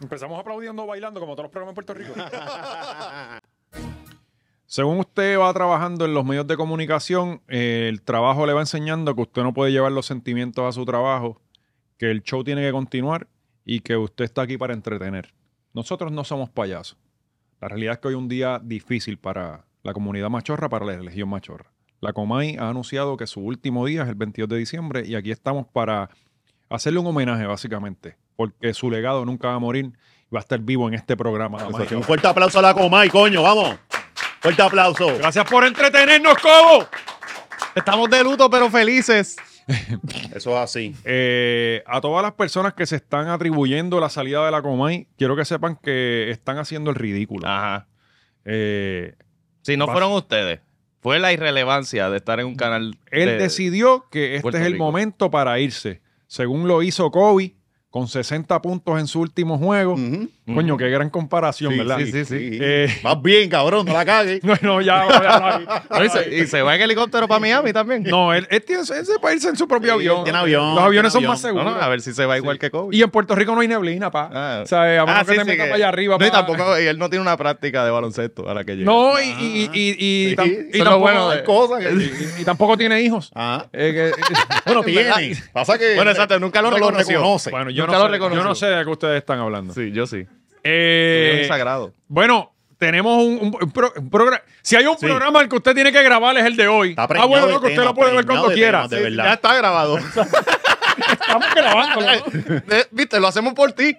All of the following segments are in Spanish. Empezamos aplaudiendo, bailando, como todos los programas en Puerto Rico. Según usted va trabajando en los medios de comunicación, eh, el trabajo le va enseñando que usted no puede llevar los sentimientos a su trabajo, que el show tiene que continuar y que usted está aquí para entretener. Nosotros no somos payasos. La realidad es que hoy es un día difícil para la comunidad machorra, para la religión machorra. La Comay ha anunciado que su último día es el 22 de diciembre y aquí estamos para hacerle un homenaje, básicamente, porque su legado nunca va a morir y va a estar vivo en este programa. Comay. Un fuerte aplauso a la Comay, coño, vamos. Fuerte aplauso. Gracias por entretenernos, Cobo. Estamos de luto, pero felices. Eso es así. Eh, a todas las personas que se están atribuyendo la salida de la Comay, quiero que sepan que están haciendo el ridículo. Ajá. Eh, Si no Vas- fueron ustedes, fue la irrelevancia de estar en un canal. él de- decidió que este Puerto es el Rico. momento para irse. Según lo hizo Kobe, con 60 puntos en su último juego. Ujú. Coño, qué gran comparación, Mm. Sí, ¿verdad? sí, sí, sí. Eh, Vas bien, cabrón, no la cagues. no, no, ya. ya, ya. No, Ah, y, se, y se va en helicóptero para Miami también. No, él, él tiene, él se puede irse en su propio Sí, avión. él tiene avión, Los aviones son tiene más avión. seguros. No, no, a ver si se va igual que Kobe. Y en Puerto Rico no hay neblina, pa. Ah. O sea, eh, a menos que sí, te sí, metas que- para allá arriba. No, y pa. tampoco, Ah. y él no tiene una práctica de baloncesto a la que llega. No, y, y, y, y, y Sí, tam- y eso es lo tampoco, bueno de- Hay cosas que- y- y tampoco tiene hijos. Ah. Eh, que- Bueno, ¿verdad? tiene. Pasa que. Bueno, exacto, nunca lo no reconoció. reconoce. bueno, yo no, Nunca lo sé, yo reconoció. no sé de qué ustedes están hablando. Sí, yo sí. Eh, Yo soy sagrado. bueno, tenemos un, un- un pro- un programa. Si hay un programa al que usted tiene que grabar es el de hoy. Está Ah, preñado bueno, de no, que usted tema, lo puede ver preñado cuando de quiera. temas, de verdad. Ya está grabado. Estamos grabando. ¿no? Eh, Viste, lo hacemos por ti.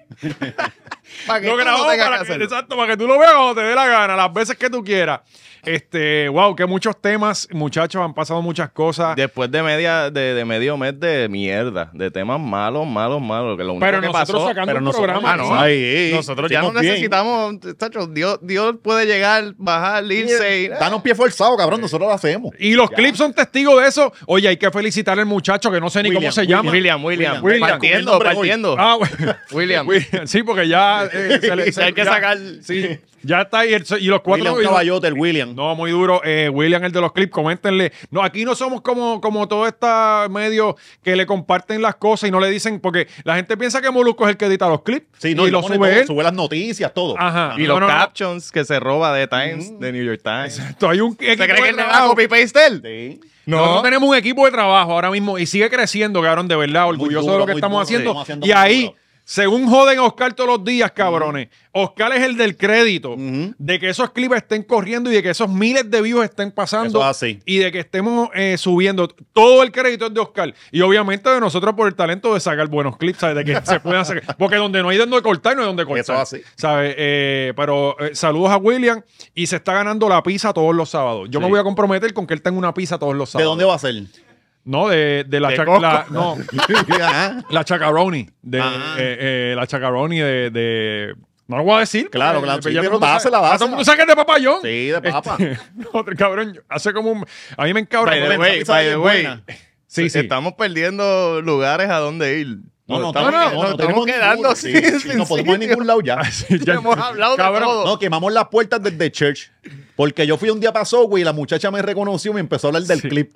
para Lo tú grabamos tengas para, que que, hacerlo. exacto, para que tú lo veas cuando te dé la gana, las veces que tú quieras. Este, wow, que muchos temas, muchachos, han pasado muchas cosas. Después de media, de, de medio mes de mierda, de temas malos, malos, malos. Que lo único pero que nosotros pasó, sacando pero un nosotros- programa. Ah, no. ¿sabes? Ay, eh, nosotros ya no hicimos bien. necesitamos, chacho, Dios, Dios puede llegar, bajar, irse. y- Danos pie forzado, cabrón, nosotros lo hacemos. Y los clips son testigos de eso. Oye, hay que felicitar al muchacho que no sé ni William, cómo se William. llama. William, William, William. partiendo, Con el nombre partiendo. Ah, bueno. William. William, Sí, porque ya eh, se le- se- Hay que ya- sacar- Sí, ya está ahí. el- Y los cuatro William y los- Caballote, el William. No, muy duro. Eh, William, el de los clips, coméntenle. No, aquí no somos como, como todos estos medios que le comparten las cosas y no le dicen, porque la gente piensa que Molusco es el que edita los clips Sí, no, y los pone sube todo, él. sube las noticias, todo. Ah. Ajá. Y No, los no, no. captions que se roba de Times, Mm. de New York Times. Esto, hay un equipo ¿Se cree que de él le va a trabajo. copy paste él? Sí. Nosotros tenemos un equipo de trabajo ahora mismo y sigue creciendo, cabrón, de verdad, orgulloso duro, de lo que muy estamos duro, haciendo. estamos haciendo Y muy ahí, duro. según joden a Oscar todos los días, cabrones, Oscar es el del crédito de que esos clips estén corriendo y de que esos miles de views estén pasando Eso es así. y de que estemos eh, subiendo. Todo el crédito es de Oscar. Y obviamente de nosotros por el talento de sacar buenos clips, ¿sabes? De que se pueden hacer. Porque donde no hay donde cortar, no hay donde cortar. Eso es así. ¿Sabes? Eh, pero eh, saludos a William y se está ganando la pizza todos los sábados. Yo me Sí. voy a comprometer con que él tenga una pizza todos los ¿De sábados. dónde va a ser? No, de, de la, De chac- Costco. la- no, Ajá. la chacaroni. De, Ah. eh, eh, la chacaroni de, de- No lo voy a decir. Claro, claro, Eh, sí, ya pero todo el mundo sabe- ya dásela, todo el dásela. mundo sabe que es de papayón. Sí, de papa. Este, no, cabrón, yo- hace como un... A mí me encabra. By the porque- Bueno, way, esa by es the way. buena. sí, sí. Estamos perdiendo lugares a donde ir. No, no, estamos, no, no, nos no, estamos tenemos quedando ninguno, sin, sí, sí, sin No podemos ir a sitio. ningún lado ya. Sí, ya- Hemos hablado de Cabrón, todo. No, quemamos las puertas desde church. Porque yo fui un día para Subway y la muchacha me reconoció y me empezó a hablar del Sí. clip.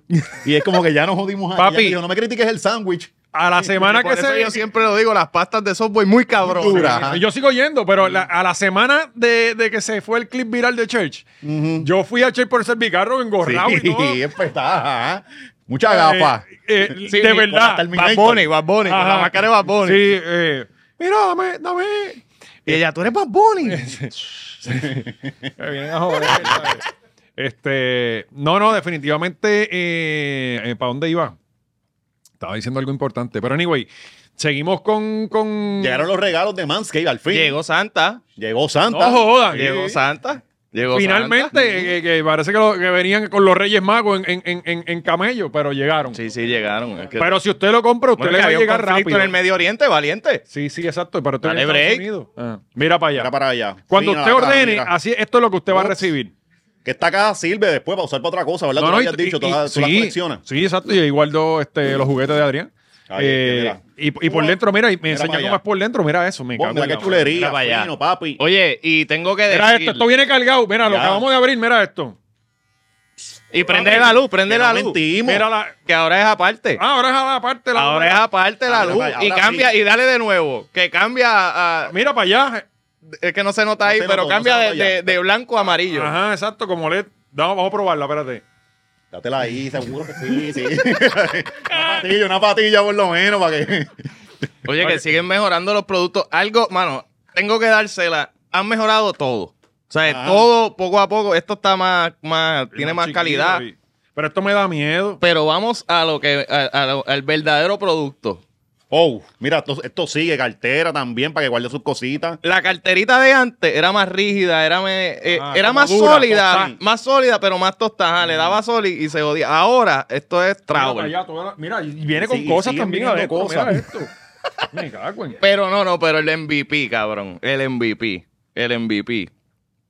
Y es como que ya nos jodimos ahí. Papi. Ella me dijo, no me critiques el sándwich. A la semana Por que eso se... yo siempre lo digo, las pastas de software muy cabronas. Dura. Ajá. Yo sigo yendo, pero la- a la semana de, de que se fue el clip viral de Church, yo fui a Church por ser bicarro engorrado y todo. Sí, pues, ajá. Mucha gafa. Eh, eh, Sí, de con verdad. hasta el Bad Bunny, Bad Bunny, con la Ajá. máscara de Bad Bunny. Sí, eh, mira, dame, dame. Y ella, tú eres Bad Bunny. Me vienen a joder, ¿sabes? Este, no, no, definitivamente, eh, ¿para dónde iba? Estaba diciendo algo importante, pero anyway, seguimos con... con... Llegaron los regalos de Manscaped al fin. Llegó Santa. Llegó no Santa. jodan. Llegó Santa. Llegó Finalmente, Santa. eh, que, que parece que, lo- que venían con los Reyes Magos en, en- en- en- en camello, pero llegaron. Sí, sí, llegaron. Es que- Pero si usted lo compra, usted le Bueno, que va a había un llegar conflicto rápido. en el Medio Oriente, valiente. Sí, sí, exacto. Pero usted en Dale Estados break. Unidos. Ah, Mira para allá. Mira para allá. Cuando Sí, usted la cara, ordene, mira. así esto es lo que usted va a Ups. recibir. Que esta caja sirve después para usar para otra cosa, ¿verdad? tú lo habías y- dicho, tú, y- la- tú la sí, coleccionas. Sí, exacto. Y ahí guardo este, los juguetes de Adrián. Ahí, Eh, mira. y, y por dentro, mira, y me Mira enseña para cómo allá. es por dentro. Mira eso, me Oh, cago mira en qué la- chulería, Mira para allá. fino, papi. Oye, y tengo que decir. Mira esto, esto viene cargado. Mira, lo Ya. acabamos de abrir, mira esto. Y prende la luz, prende que la no luz. mentimos. Mira la. Que ahora es aparte. Ah, ahora es a la parte. La ahora es aparte la Ahora luz. vaya, y ahora cambia, sí. y dale de nuevo. Que cambia a- a- Mira para allá. Es que no se nota ahí, se pero notó, no cambia se de, notó ya. de- de blanco a amarillo. Ajá, exacto, como LED. Vamos, vamos a probarla, espérate. Dátela ahí, seguro que sí, sí. una patilla, una patilla por lo menos para que. Oye, que siguen mejorando los productos. Algo, mano, tengo que dársela. Han mejorado todo. O sea, Ajá. todo poco a poco. Esto está más, más tiene Es más chiquito calidad. y- Pero esto me da miedo. Pero vamos a lo que a- a lo- al verdadero producto. Oh, mira, esto, esto sigue, cartera también para que guarde sus cositas. La carterita de antes era más rígida, era, me- eh, Ah, era como más dura, sólida, tostada. más sólida, pero más tostada. Le daba sol y, y se jodía. Ahora esto Mm. es Mira, para travel. allá, toda la- mira, y viene Sí, con y cosas siguen también viniendo adentro. cosas. Mira esto. me cago en. Pero no, no, pero el MVP, cabrón. El MVP. El MVP.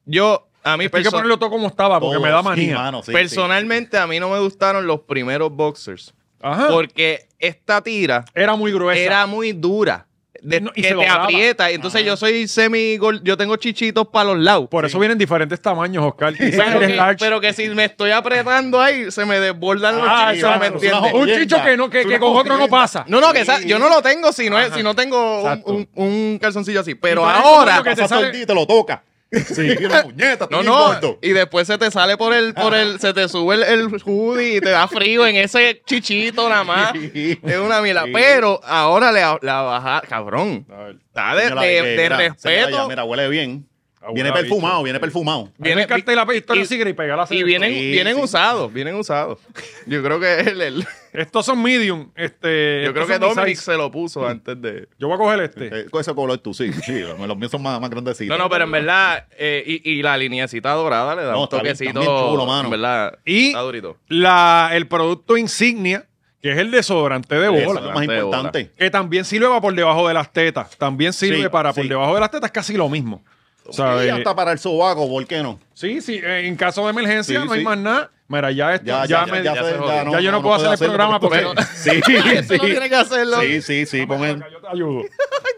Yo, a mí Hay que perso- ponerlo todo como estaba porque me Oh, da Todos, manía. Oh, sí, mano, sí, personalmente, a mí no me gustaron los primeros boxers. Ajá. Porque esta tira Era muy gruesa. era muy dura. De- Pues No, y que se te doblaba. aprieta. Entonces yo soy semi gol- yo tengo chichitos para los lados. Por eso vienen diferentes tamaños, Oscar. Quizás pero, eres que, large. pero que si me estoy apretando ahí, se me desbordan los Ah, chichos, exacto. ¿me entiendes? Una un jodienda. chicho que, no, que, Es que una con otro no jodienda. pasa. No, no, que esa- yo no lo tengo si no, es- si no tengo un, Exacto. un- un calzoncillo así. Pero Entonces, ahora. lo que Te te sale... sale- el día y te lo toca. Sí, una puñeta, No, no, no. Y después se te sale por el, por el, se te sube el, el hoodie y te da frío en ese chichito nada más. Sí. Es una mila. Sí. Pero ahora le a- la baja, cabrón. A ver. Está de, Señala, de- eh, de mira, señala ya, respeto. mira, huele bien. Ah, huele Viene a perfumado, bicho. viene perfumado. Viene Vienen- la pistola y- sigue y pegala. y vienen, Sí, vienen sí. usados, vienen usados. Yo creo que el- el- Estos son medium. Este, yo estos creo que son mi Dominic size. se lo puso antes de. Yo voy a coger este. Eh, con ese color tú, sí. sí los míos son más, más grandecitos. No, no, pero en verdad, eh, y, y la lineacita dorada le da No, un está bien, toquecito. está bien chulo, mano. En verdad, Y- está durito. La, el producto insignia, que es el desodorante de Eso bola. es lo más Bola. importante. Que también sirve para por debajo de las tetas. También sirve Sí, para por sí. debajo de las tetas, casi lo mismo. Y ¿Sabes? hasta para el sobaco, ¿por qué no? Sí, sí, eh, en caso de emergencia Sí, no hay sí. más nada. Mira, ya esto, ya, Ya, ya, me- ya, ya se- se jodió. Ya yo no puedo hacer el hacerlo programa porque- Sí, Eso no tiene que hacerlo. sí, sí, sí, pon el... Yo te ayudo.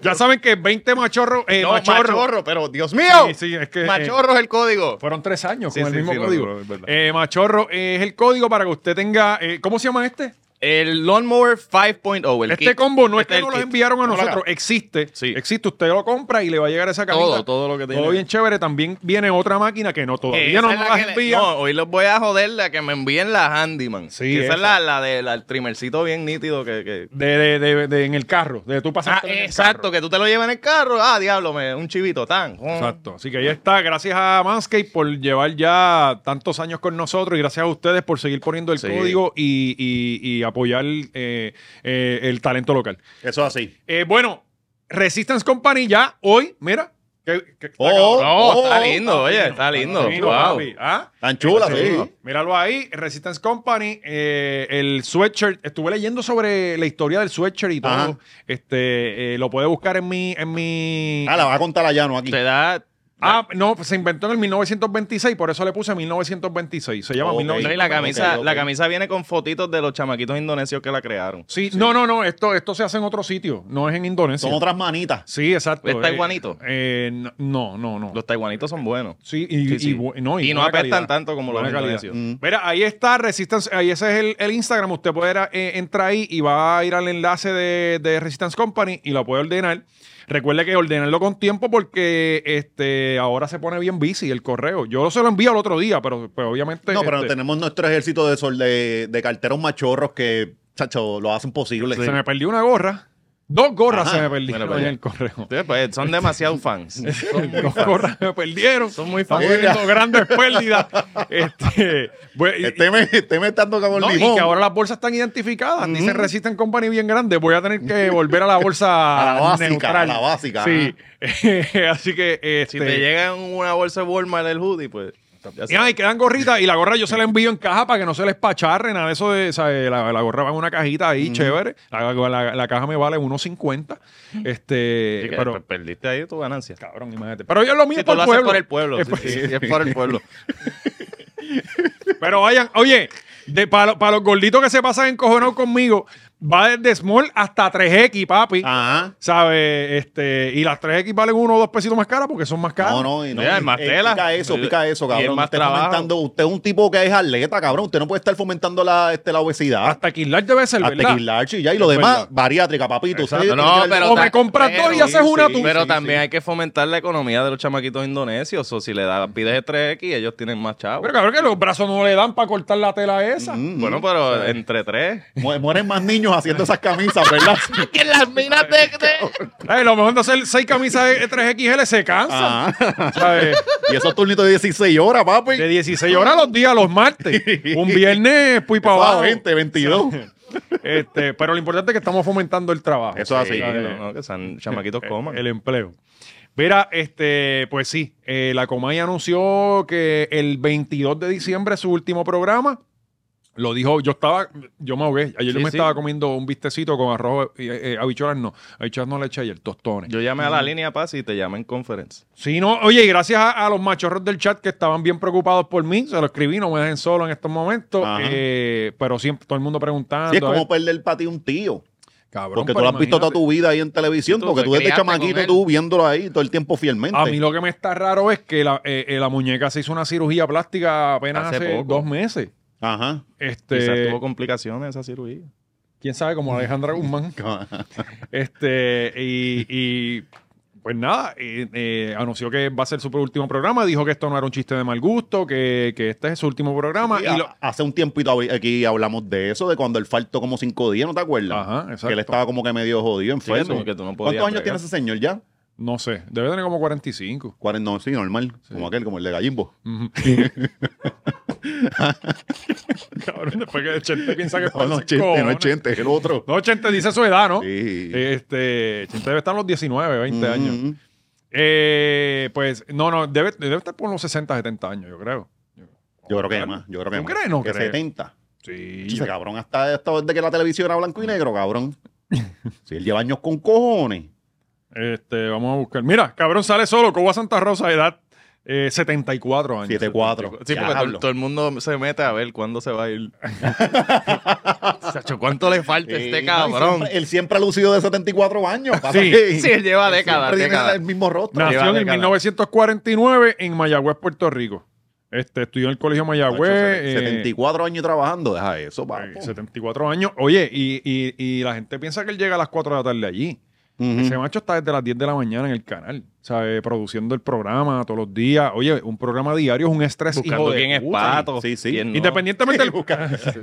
ya saben que 20 machorros, eh, No, machorro- machorro. pero Dios mío. Sí, sí, es que, eh, machorro es el código. Fueron tres años Sí, con el sí, mismo sí, lo código. juro, es verdad. Eh, machorro eh, es el código para que usted tenga. eh, ¿Cómo se llama este? El Lawnmower 5.0. el este kit. combo no Este es que el no lo kit. enviaron a No, acá. nosotros. Existe. Sí. Existe. Usted lo compra y le va a llegar esa camisa. Todo, todo lo que tiene. Todo bien chévere. También viene otra máquina que no Eh, todavía esa no es nos la las que le- envían. no, hoy los voy a joder la que me envíen la Handyman. Sí, esa, esa. es la, la de la, el trimercito bien nítido que... que- De, de- de- de- en el carro. De tú Ah, pasaste. exacto, que tú te lo llevas en el carro. Ah, diablo, me, un chivito tan. Exacto. Así que ahí está. Gracias a Manscaped por llevar ya tantos años con nosotros y gracias a ustedes por seguir poniendo el Sí. código y, y- y apoyar eh, eh, el talento local. Eso es así. Eh, bueno, Resistance Company ya hoy, mira. Que, que- Oh, está cabrón. No, Oh, está oh, lindo, oye, está lindo. Tranquilo, wow. papi, ¿ah? Tan chula, sí. Seguro. Míralo ahí, Resistance Company, eh, el sweatshirt. Estuve leyendo sobre la historia del sweatshirt y todo. Ajá. Este, eh, lo puede buscar en mi, en mi. Ah, la vas a contar allá, no aquí. Te da... Ah, no, se inventó en el 1926, por eso le puse 1926. Se llama Ok. 1926. No, y la ok, camisa, ok. la camisa viene con fotitos de los chamaquitos indonesios que la crearon. Sí, no, no, no, esto, esto se hace en otro sitio, no es en Indonesia. Son otras manitas. Sí, exacto. ¿Es eh, taiwanito? eh, no, no, no. Los taiwanitos son buenos. Sí, y, Sí, sí. y bu- no, y Y no buena apestan calidad. tanto como los Buena calidad. indonesios. Mm. Mira, ahí está Resistance, ahí ese es el, el Instagram, usted puede ir a- eh, entrar ahí y va a ir al enlace de, de Resistance Company y la puede ordenar. Recuerde que ordenarlo con tiempo porque este ahora se pone bien busy el correo. Yo se lo envío el otro día, pero, pero obviamente... No, pero este, tenemos nuestro ejército de, sol, de, de carteros machorros que, chacho, lo hacen posible. Se me perdió una gorra. Dos gorras Ajá, se me perdieron mira para en allá. el correo. Ustedes, pues, son demasiado fans. Son muy Dos fans. gorras me perdieron. Son muy Estamos fans. teniendo grandes pérdidas. Este, bueno, y- Este me, este me está tocando No, el y limón. que ahora las bolsas están identificadas. Ujú. Dicen Resisten Company bien grande. Voy a tener que volver a la A bolsa la básica, neutral. a la básica, Sí. Así que. Este, Si te llega en una bolsa de Walmart el hoodie, pues. ya y ay, quedan gorritas y la gorra yo se la envío en caja para que no se les pacharre nada de eso de ¿sabes? La, la gorra va en una cajita ahí, chévere. La, la- la caja me vale 1.50. Este, sabes. Sí, que pero per- perdiste ahí tu ganancia. cabrón, imagínate. Pero yo lo mío Si es por tú lo el haces pueblo. Eh, pues, por el pueblo. Es sí, por- sí, sí, es por el pueblo. Pero vayan, oye, para los gorditos que se pasan encojonados conmigo, va desde small hasta 3X, papi. Ah. Ajá. ¿Sabes? Este, y las 3X valen uno o dos pesitos más caras porque son más caras. No, no, y no. Mira, es más Eh, tela. Pica eso, pica eso, Y es cabrón. más usted, trabajo. fomentando- usted es un tipo que es atleta, cabrón. Usted no puede estar fomentando la, este, la obesidad. Hasta Kirlar debe ser, Hasta ¿verdad? Kilarchi y ya. Y lo Es demás, verdad. bariátrica, papito. Usted Exacto. tiene No, que darle- pero o me ta- compras pero dos y haces sí, una sí, tú. Pero sí, también sí. hay que fomentar la economía de los chamaquitos indonesios. O si le da, pides 3X, ellos tienen más chavos. Pero cabrón, que los brazos no le dan para cortar la tela esa. Mm, bueno, pero entre tres. mu- Mueren más niños haciendo esas camisas, ¿verdad? Que en las minas de. Ay, Eh, lo mejor de hacer seis camisas de 3XL se cansa. Ajá. Ah. ¿sabes? Ah, Y esos turnitos de 16 horas, papi. De 16 horas los días, los martes. Un viernes, pues para Eso a abajo. 20, 22. Este, pero lo importante es que estamos fomentando el trabajo. Eso es así. Sí, no, no, que sean chamaquitos coman. Eh, El empleo. Mira, este, pues sí, eh, la Comay anunció que el 22 de diciembre es su último programa. Lo dijo, yo estaba, yo me ahogué. Ayer yo Sí, me sí. estaba comiendo un bistecito con arroz, eh, eh, habichuelas no, habichuelas no le eché ayer, tostones. Yo llamé a la línea Paz y te llamé en conferencia. Sí, no, oye, y gracias a, a los machorros del chat que estaban bien preocupados por mí, se lo escribí, no me dejen solo en estos momentos, Ajá. eh, pero siempre todo el mundo preguntando. Sí, es a ver, como perder para ti un tío. cabrón, Porque tú pero lo has visto toda imagínate. tu vida ahí en televisión, Tú porque te tú desde criaste con chamaquito él. tú viéndolo ahí todo el tiempo fielmente. A mí lo que me está raro es que la, eh, eh, la muñeca se hizo una cirugía plástica apenas hace, Hace poco. dos meses. Ajá. Quizás Este, tuvo complicaciones esa cirugía. quién sabe, como Alejandra Guzmán. Este, y, y, pues nada, eh, eh, anunció que va a ser su último programa. Dijo que esto no era un chiste de mal gusto, que, que este es su último programa. Y y a- lo- Hace un tiempito habl- aquí hablamos de eso, de cuando él faltó como cinco días, ¿no te acuerdas? Ajá, exacto. Que él estaba como que medio jodido, Sí, que enfermo. tú- que tú no ¿Cuántos podías años bregar. tiene ese señor ya? no sé, debe tener como 45. Cuaren- No, sí, normal. Como aquel, como el de Gallimbo. Ujú. Cabrón, después que Chente piensa que No, no, parecen Chente, no es cojones. Chente, es el otro. No, Chente dice su edad, ¿no? Sí. Este, Chente debe estar a los 19, 20 Mm, años. Eh, pues, no, no, debe, debe estar por unos 60, 70 años, yo creo. Yo creo que más, yo creo que ¿Tú más. crees? No que creo. 70. Sí. Ese cabrón hasta, hasta desde que la televisión era blanco y negro, cabrón. Si él lleva años con cojones. Este, vamos a buscar. Mira, cabrón sale solo, Coba Santa Rosa, edad eh, 74 años. 7-4. Sí, porque todo, Diablo. todo el mundo se mete a ver cuándo se va a ir. Sacho, ¿cuánto le falta a Sí, este no, y cabrón? siempre- él siempre ha lucido de 74 años. Pasa Sí, que Sí, él lleva décadas, siempre tiene décadas. el mismo rostro. Nació Lleva en el décadas. 1949 en Mayagüez, Puerto Rico. Este, estudió en el Colegio Mayagüez. eh, 74 años trabajando, deja eso, eh, papo. 74 años. Oye, y, y- y la gente piensa que él llega a las 4 de la tarde allí. Ujú. Ese macho está desde las 10 de la mañana en el canal, ¿sabes? Produciendo el programa todos los días. Oye, un programa diario es un estrés hijo Buscando de quién es puta. pato. Sí, sí. quién no. Independientemente del...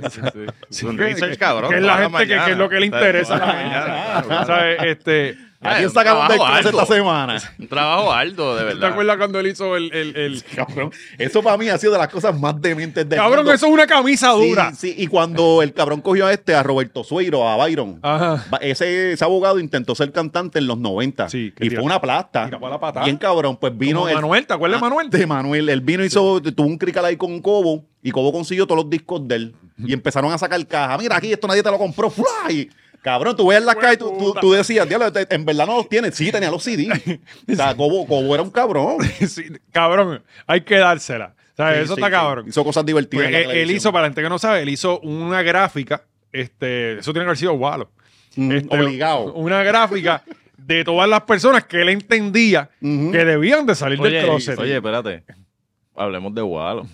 Es un que- research, que- cabrón. que es la toda gente que- mañana. que es lo que le Toda la interesa a la mañana, claro. ¿sabes? Este, ¿A Eh, quién un sacamos de trabajo clase arduo. esta semana? Un trabajo alto, de ¿Tú ¿Te verdad. acuerdas cuando él hizo el... el- el- Cabrón, eso para mí ha sido de las cosas más dementes del Cabrón, mundo. eso es una camisa Sí, dura. Sí, y cuando el cabrón cogió a este, a Roberto Sueiro, a Byron, Ajá. Va- Ese, ese abogado intentó ser cantante en los 90 Sí, que y tira- fue una plasta. tiraba la patada. Bien cabrón, pues vino. Como el- Manuel, ¿te acuerdas de Ah, Manuel? De Manuel. Él vino y hizo, tuvo un crical ahí con Cobo y Cobo consiguió todos los discos de él y empezaron a sacar caja. Mira, aquí esto nadie te lo compró. Fly. Cabrón, tú veías la caja y tú, tú- tú decías, "Diablo, este- en verdad no los tienes. Sí, tenía los CD. O sea, Cobo, Cobo era un cabrón. Sí, cabrón, hay que dársela. ¿Sabes? Sí, eso sí, está sí. cabrón. Hizo cosas divertidas. Pues, en la él, él televisión. hizo, para la gente que no sabe, él hizo una gráfica. Este, eso tiene que haber sido gualo. Mm, Este, obligado. Una gráfica de todas las personas que él entendía Ujú. que debían de salir del Oye, closet. oye, espérate. Hablemos de Gualo.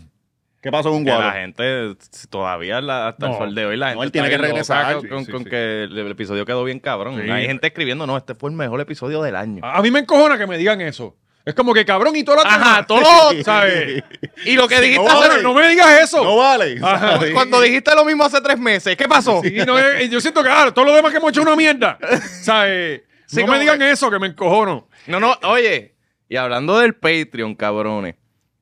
¿Qué pasó con Que la Guaro? gente s- todavía la- hasta No. el sol de hoy la No, gente él tiene está que bien regresar. loca con, Sí, sí, con sí. que el, el episodio quedó bien cabrón Sí. hay gente escribiendo no este fue el mejor episodio del año A a mí me encojona que me digan eso. Es como que cabrón y todas las Ajá, demás, todo lo- ¿sabes? y lo que dijiste No, hace- no me digas eso. No vale. Ajá. Sí. cuando dijiste lo mismo hace tres meses ¿qué pasó? Sí, no, eh, yo siento que ah, todo lo demás que hemos hecho es una mierda. ¿Sabes? Sí, no como me digan que- eso, que me encojono. No, no, oye. Y hablando del Patreon, cabrones.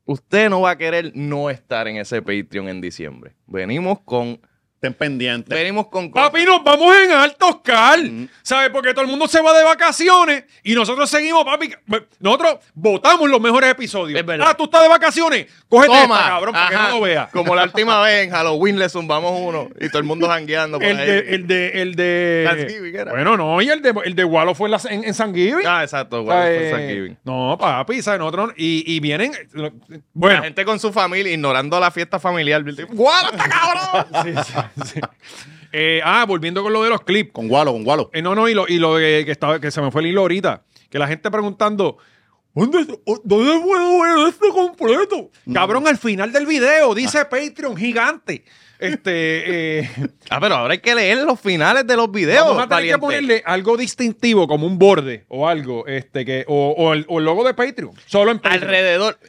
Usted no va a querer no estar en ese Patreon en diciembre. Venimos con. Estén pendientes. Venimos con. Papi, nos vamos en alto, Oscar. ¿Sabes? Porque todo el mundo se va de vacaciones y nosotros seguimos, papi. pues, Nosotros votamos los mejores episodios. Es verdad. Ah, tú estás de vacaciones. Cógete Toma, esta, cabrón, para Ajá. que no lo veas. Como la última vez en Halloween le zumbamos uno y todo el mundo jangueando por El ahí. de, el de, el de. Thanksgiving era. Bueno, no, y el de, el de Wallo fue en, la- en, en San Giving. Ah, exacto, O güey. sea, fue eh, Thanksgiving. No, papi, ¿sabes? Nosotros. no- Y, y vienen. lo- Bueno. La gente con su familia ignorando la fiesta familiar. ¡Guau, está cabrón! Sí, sí, sí. Eh, ah, volviendo con lo de los clips. Con Gualo, con Gualo. Eh, no, no, y lo, y lo de que, estaba, que se me fue el hilo ahorita. Que la gente preguntando, ¿dónde, dónde puedo ver esto completo? Cabrón, al final del video dice Patreon gigante. Este, eh, Ah, pero ahora hay que leer los finales de los videos. vamos a tener que valiente. ponerle algo distintivo, como un borde o algo, este que o, o el, o el logo de Patreon. Solo en Patreon. Alrededor. pe-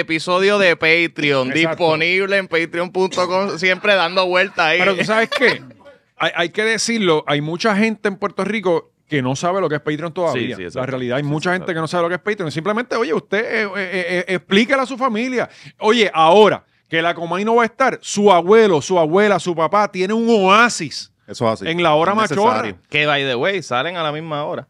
Episodio de Patreon, Exacto. disponible en patreon.com, siempre dando vuelta ahí. Pero tú sabes qué, hay, hay que decirlo, hay mucha gente en Puerto Rico que no sabe lo que es Patreon Sí, todavía. sí, exacto. la realidad, hay Sí, mucha sí, gente claro. que no sabe lo que es Patreon. Simplemente, oye, usted eh, eh, eh, explíquele a su familia. Oye, ahora que la Comay no va a estar, su abuelo, su abuela, su papá tiene un oasis Eso es así. en la hora Necesario. machorra. que by the way, salen a la misma hora.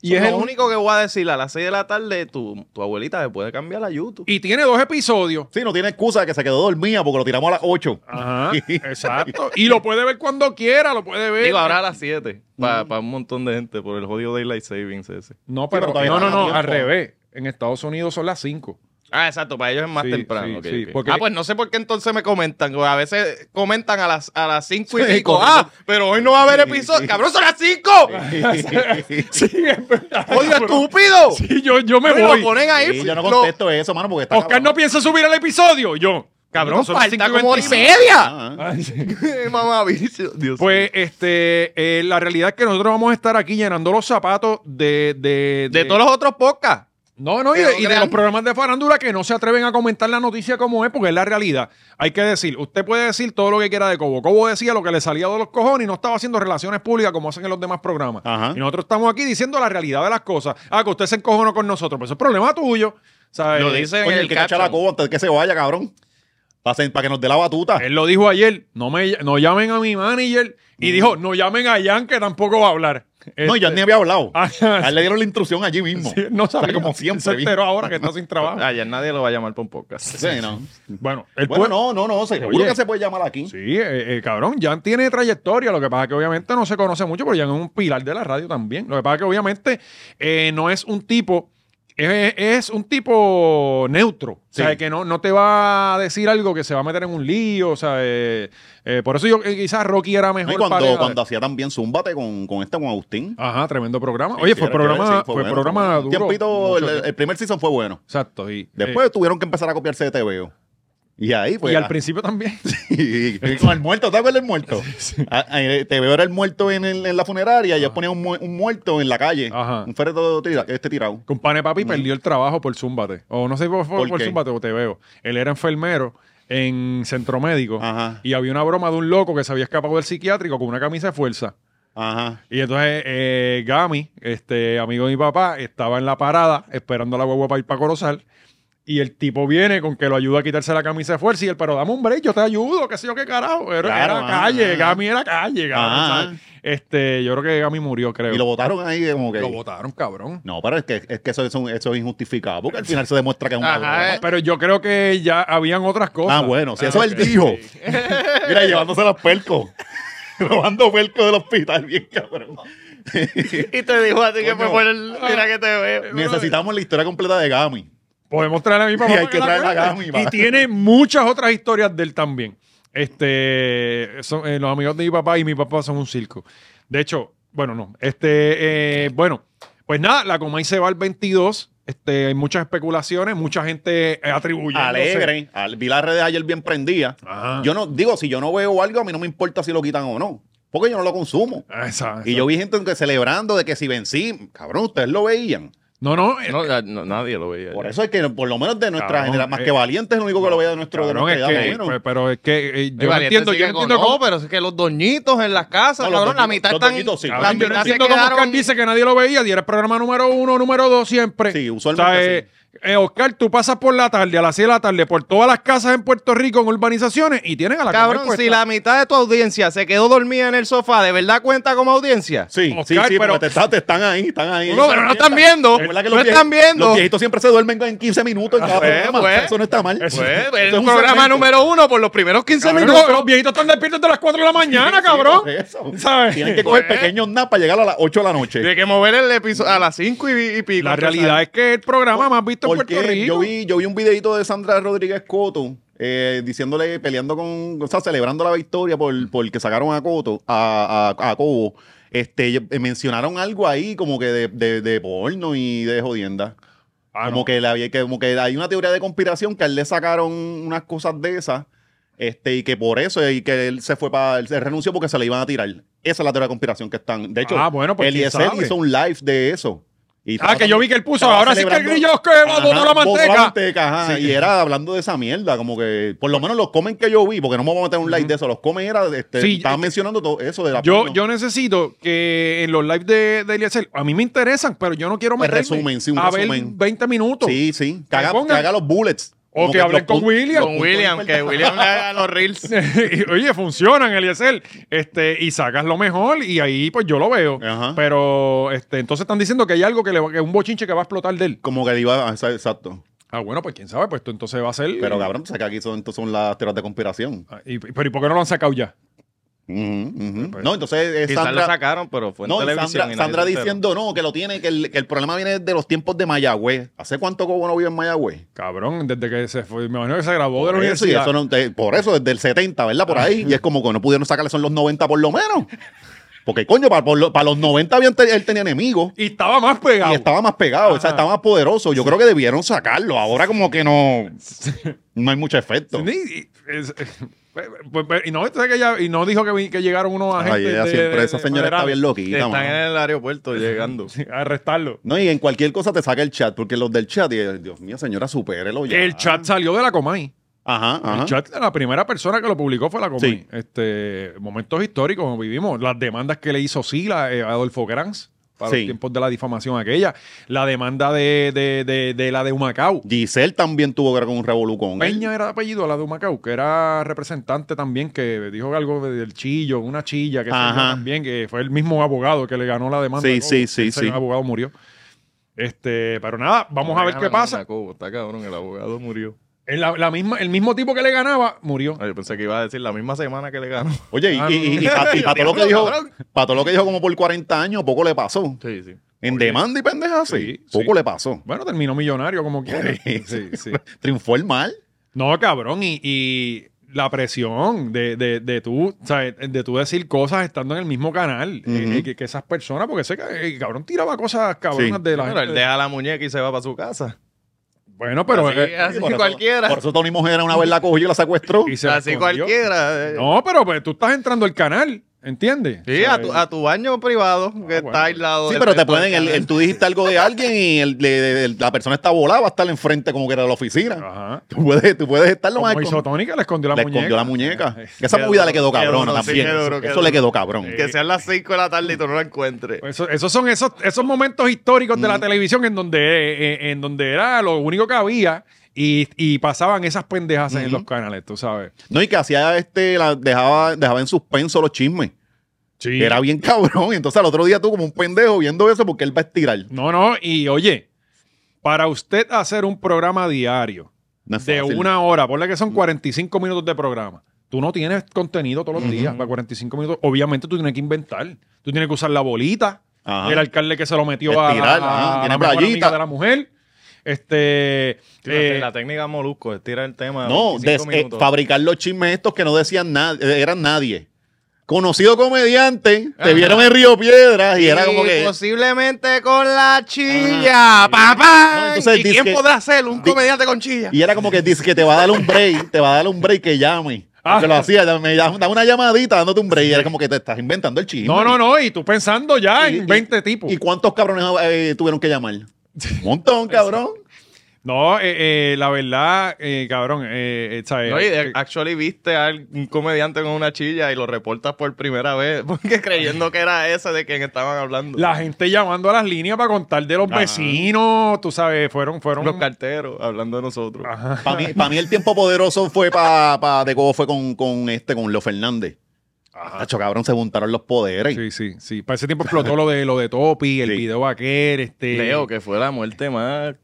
Y es lo el- único que voy a decir a las 6 de la tarde, tu, tu abuelita se puede cambiar a YouTube. Y tiene dos episodios. Sí, no tiene excusa de que se quedó dormida porque lo tiramos a las 8. Ajá, exacto. Y lo puede ver cuando quiera, lo puede ver. Digo, ahora a las 7, para Mm. un montón de gente por el jodido Daylight Savings ese. No, pero pero, todavía no, no, no no, tiempo. al revés. En Estados Unidos son las 5. Ah, exacto, para ellos es más Sí, temprano. sí, ok, sí, ok. porque- Ah, pues no sé por qué entonces me comentan. porque A veces comentan a las, a las 5 y Sí, pico. correcto. Ah, pero hoy no va a haber episodio. ¡Cabrón, son las 5! Sí, es verdad. ¡Oye, estúpido! Sí, yo, yo me Pero voy. lo ponen ahí. Y yo no lo- contesto eso, mano, porque está. Oscar no piensa subir el episodio. Yo, Cabrón, cabrón, son las falta como hora y 5:25. media. Ah, ah. Ah, sí. Mamá, vicio. Dios Pues este, eh, la realidad es que nosotros vamos a estar aquí llenando los zapatos de. De, mío. de todos los otros podcasts. No, no, y que de, no y de crean- los programas de farándula que no se atreven a comentar la noticia como es, porque es la realidad. Hay que decir, usted puede decir todo lo que quiera de Cobo. Cobo decía lo que le salía de los cojones y no estaba haciendo relaciones públicas como hacen en los demás programas. Ajá. Y nosotros estamos aquí diciendo la realidad de las cosas. Ah, que usted se encojonó con nosotros, pues eso es problema tuyo. ¿sabes? Lo dice en Coño, el, el que cacha la caption. coba antes de que se vaya, cabrón. Para que nos dé la batuta. Él lo dijo ayer, no me no llamen a mi manager y dijo, no llamen a Jan que tampoco va a hablar. No, Este, yo ni había hablado. Ah, A él le dieron la instrucción allí mismo. sí, no sabe como siempre, Se vi. enteró ahora que está sin trabajo. Ayer Ah, nadie lo va a llamar para un podcast. Sí, no. Bueno, el Bueno, no, no, no. Seguro Oye. que se puede llamar aquí. Sí, eh, eh, cabrón, Jan tiene trayectoria, lo que pasa es que obviamente no se conoce mucho, pero Jan es un pilar de la radio también. Lo que pasa es que obviamente eh, no es un tipo, es, es un tipo neutro, Sí. o sea, que no, no te va a decir algo que se va a meter en un lío, o sea, eh, eh, por eso yo eh, quizás Rocky era No, mejor. y cuando, pareja. cuando hacía también Zúmbate con, con este, con Agustín. Ajá, tremendo programa. Oye, fue Sí, programa, sí, fue bueno, programa bueno. duro. Tiempito, Mucho el, el tiempo. primer season fue bueno. Exacto. Y, Después eh, tuvieron que empezar a copiarse de TVO. Y ahí, pues. y ah, al principio también. y- y con el muerto, ¿te acuerdas del muerto? Ah, ah, eh, TVO era el muerto en, el- en la funeraria y ellos ponían un, mu- un muerto en la calle. Ajá. Un ferreto tira- este tirado. Compane Papi perdió el trabajo por Zúmbate. O no sé si fue fue por, ¿Por qué? Zúmbate o te veo. Él era enfermero en centro médico Ajá. y había una broma de un loco que se había escapado del psiquiátrico con una camisa de fuerza. Ajá. Y entonces eh, Gami, este amigo de mi papá, estaba en la parada esperando a la guagua para ir para Corozal. Y el tipo viene con que lo ayuda a quitarse la camisa de fuerza. Y él, pero dame un break, yo te ayudo, qué sé yo qué carajo. Pero Claro, era ajá, calle, ajá. Gami era calle, Gami, Ajá. ¿sabes? Este, yo creo que Gami murió, creo. Y lo votaron ahí como que. Lo votaron, cabrón. No, pero es que, es que eso, es un- eso es injustificado, porque al final se demuestra que es un Ajá, ladrón. eh. Pero yo creo que ya habían otras cosas. Ah, bueno, si eso Ah, él ok. dijo. Mira, llevándose los percos. Robando percos del hospital, bien cabrón. Y te dijo a ti que Coño. fue por el. Mira que te veo. Necesitamos la historia completa de Gami. Podemos traer a mi papá. Y hay para que traer la a cuente. Gami, va. Y tiene muchas otras historias de él también. Este, son, eh, los amigos de mi papá y mi papá son un circo. De hecho, bueno, no. Este, eh, bueno, pues nada, la Comay se va al 22. Este, hay muchas especulaciones, mucha gente atribuye. Alegre. Al- Vi las redes ayer bien prendida. Ah. Yo no, digo, si yo no veo algo, a mí no me importa si lo quitan o no. Porque yo no lo consumo. Ah, Y yo vi gente que celebrando de que si vencí, cabrón, ustedes lo veían. No, no. eh, No, ya- no, nadie lo veía. Por ya. eso es que por lo menos de nuestra Cabrón, generación, más eh, que valientes es el único que lo veía de nuestro de cabrón, es nuestra edad, que, más o menos. pues, pero es que eh, Y yo no Valiente entiendo, yo sigue no con, entiendo cómo. pero es que los doñitos en las casas, No, los cabrón, la doñitos- mitad los están. doñitos sí, la cabrón, Cabrón, Ah, yo no mitad se entiendo cómo quedaron- Oscar dice que nadie lo veía y eres programa número uno, número dos siempre. Sí, usualmente eh, Oscar, tú pasas por la tarde, a las 6 de la tarde, por todas las casas en Puerto Rico, en urbanizaciones, y tienen a la Cabrón, Comay si puesta. la mitad de tu audiencia se quedó dormida en el sofá, ¿de verdad cuenta como audiencia? Sí, Oscar, sí, sí, pero- porque te, está- te están ahí, están ahí. No, pero no están viendo. Recuerda que No los vie- están viendo. Los viejitos siempre se duermen en 15 minutos en cada pues, programa. pues. eso no está mal. Pues, Pues, Eso es un un programa segmento. número uno por los primeros 15 Cabrón, minutos. los, los viejitos están despiertos de las 4 de la mañana, Sí, cabrón. por eso. ¿Sabes? Tienen que coger Pues. pequeños naps para llegar a las 8 de la noche. Tiene que mover el episodio a las 5 y, y pico. La realidad es que el programa más visto en Porque Puerto Rico. yo vi, yo vi un videito de Sandra Rodríguez Coto eh, diciéndole, peleando con, o sea, celebrando la victoria Mm. por, por que sacaron a Coto, a, a, a Cobo, este, ellos, eh, mencionaron algo ahí como que de, de, de porno y de jodienda. Ah, como, no. que la, que- como que hay una teoría de conspiración que a él le sacaron unas cosas de esas este, y que por eso, y que él se fue para, él se renunció porque se le iban a tirar. Esa es la teoría de conspiración que están. De hecho, Ah, bueno, pues, el quién ISL sabe. hizo un live de eso. Y Ah, estaba que yo también- vi que él puso. estaba Ahora sí que el celebrando- grillo es que va, Ajá, botó la botó manteca. manteca, ajá, Sí. Y era hablando de esa mierda, como que por lo menos los comen que yo vi, porque no me voy a meter un like de eso. Los comen era, este, Sí, estaban yo- mencionando todo eso de la Yo, porno. yo necesito que en los lives de, de Eliezer, a mí me interesan, pero yo no quiero Pues meterme resumen, sí, un a ver resumen. 20 minutos. Sí, sí. Que haga, pongan- que haga los bullets. O Como que, hablen los con pun- William. Con William, que William le haga los reels. Y, Oye, funcionan, Eliezer. Este, y sacas lo mejor y ahí pues yo lo veo. Ajá. Pero este, entonces están diciendo que hay algo que, le, va- que un bochinche que va a explotar de él. Como que le iba a... esa- Exacto. Ah, bueno, pues quién sabe, pues tú entonces va a ser. Pero cabrón, tú sabes que aquí son, entonces son las teorías de conspiración. Ah, y- pero ¿y por qué no lo han sacado ya? Ujú, ujú. Pues- no, entonces eh, Quizás lo Sandra... sacaron, pero fue en No, y televisión. Sandra, y nadie Sandra se enteró. diciendo no, que lo tiene, que el, que el problema viene de los tiempos de Mayagüez. ¿Hace cuánto Cobo no vive en Mayagüez? Cabrón, desde que se fue, me imagino que se grabó de la Por eso, y universidad. eso no- te- por eso, desde el 70, ¿verdad? Por ahí. Y es como que no pudieron sacarle, son los 90 por lo menos. Porque, coño, para, por lo- para los 90 habían te- él tenía enemigos. Y estaba más pegado. Y estaba más pegado, o sea, estaba más poderoso. Yo creo que debieron sacarlo. Ahora como que no, no hay mucho efecto. Ni- y- es- pues, pues, pues, y no, entonces que ya- y no dijo que, vi- que llegaron unos Ay, agentes. ella de- siempre, de- esa señora está bien federales loquita, Están mano. en el aeropuerto llegando. A arrestarlo. No, y en cualquier cosa te saca el chat, porque los del chat, y, Dios mío, señora, supérelo ya. El chat salió de la Comay. Ajá, ajá. El chat, la primera persona que lo publicó fue la Comay. Sí. Este, momentos históricos vivimos. Las demandas que le hizo Sila eh, a Adolfo Granz para los Sí. tiempos de la difamación aquella. La demanda de, de, de, de la de Humacao. Giselle también tuvo que ver con un revolucón. Peña era de apellido la de Humacao, que era representante también, que dijo algo de- del chillo, una chilla que se Ajá. dio también, que fue el mismo abogado que le ganó la demanda. Sí, de sí, Cobo. sí, Ese sí. abogado murió. Este, pero nada, vamos a ver qué pasa. Jacobo, Está cabrón, el abogado murió. En la, la misma, el mismo tipo que le ganaba murió. Ah, Yo pensé que iba a decir la misma semana que le ganó. Oye, y, Ah, para todo lo que dijo, Cabrón. para todo lo que dijo como por 40 años, poco le pasó. Sí, sí. En demanda y pendejas, sí. Sí, Poco sí. le pasó. Bueno, terminó millonario como quiera. Sí. Sí, sí. Triunfó el mal. No, cabrón, y, y la presión de, de, de tú, ¿sabes? de tú decir cosas estando en el mismo canal Ujú. eh, que, que esas personas, porque ese ca- el cabrón tiraba cosas cabronas Sí. de la Pero él gente. deja la muñeca y se va para su casa. Bueno, pero. así, eh, así Por eso- cualquiera. Por eso Tony Mojera una vez la cogió y la secuestró. y se así escondió. cualquiera. eh. No, pero pues, tú estás entrando al canal, ¿entiendes? Sí, O sea, a tu, a tu baño Ah, privado que bueno. está aislado. Sí, del pero te resto del pueden, el, canal. el- tú dijiste algo de alguien y el- le- el- la persona está volada, va a estar enfrente como que era de la oficina. Ajá. Tú puedes, tú puedes estar lo Como más Ah. hizo escondido. Tony que le escondió la Le muñeca. escondió la muñeca. Eh, Que esa Qué movida duro, le quedó qué cabrona duro, sí, también. qué duro, qué Eso le duro. quedó cabrón. Que sean las 5 de la tarde y tú no la encuentres. Pues, eso- esos son esos, esos momentos históricos Mm. de la televisión en donde, eh, eh, en donde era lo único que había y, y pasaban esas pendejas en Ujú. los canales, tú sabes. No, y que hacía este, la dejaba, dejaba en suspenso los chismes. Sí. Que Era bien cabrón. Y entonces al otro día tú como un pendejo viendo eso porque él va a estirar. No, no, y oye, para usted hacer un programa diario No es de fácil. una hora, ponle que son 45 minutos de programa, tú no tienes contenido todos los Ujú. días para 45 minutos. Obviamente tú tienes que inventar, tú tienes que usar la bolita, Ajá. el alcalde que se lo metió a, Ah. Estirar, a- ajá, a tiene la mejor playita. amiga de la mujer. Este, Sí, la te- eh, la técnica molusco, estira el tema. Ah, No, des- 25 eh, minutos. fabricar los chismes estos que no decían nada, eran nadie. Conocido comediante, te vieron en Río Piedras y era como que. pues. Posiblemente con la chilla, papá. No, entonces ¿Y quién dizque- podrá ser un di- comediante con chilla? Y era como que dice que te va a dar un break, te va a dar un break que llame. Ah. Que lo hacía, ya me da una llamadita dándote un break. Y era como que te estás inventando el chisme. no, no, no, y tú pensando ya Y- en y- 20 tipos. ¿Y cuántos cabrones eh, tuvieron que llamar? Un montón, cabrón. no, eh, eh, la verdad, eh, cabrón, eh, eh, ¿sabes? No, y Eh, de- actually viste a un comediante con una chilla y lo reportas por primera vez, porque creyendo que era ese de quien estaban hablando. La gente llamando a las líneas para contar de los Ajá. vecinos, tú sabes, fueron, fueron. Los carteros hablando de nosotros. Ajá. Para mí, pa' mí el tiempo poderoso fue para de cómo fue con, con este, con Leo Fernández. Tacho, cabrón, se juntaron los poderes. Sí, sí, sí. Para ese tiempo explotó lo de lo de Topi, el Sí. video aquel, este. Leo, que fue la muerte más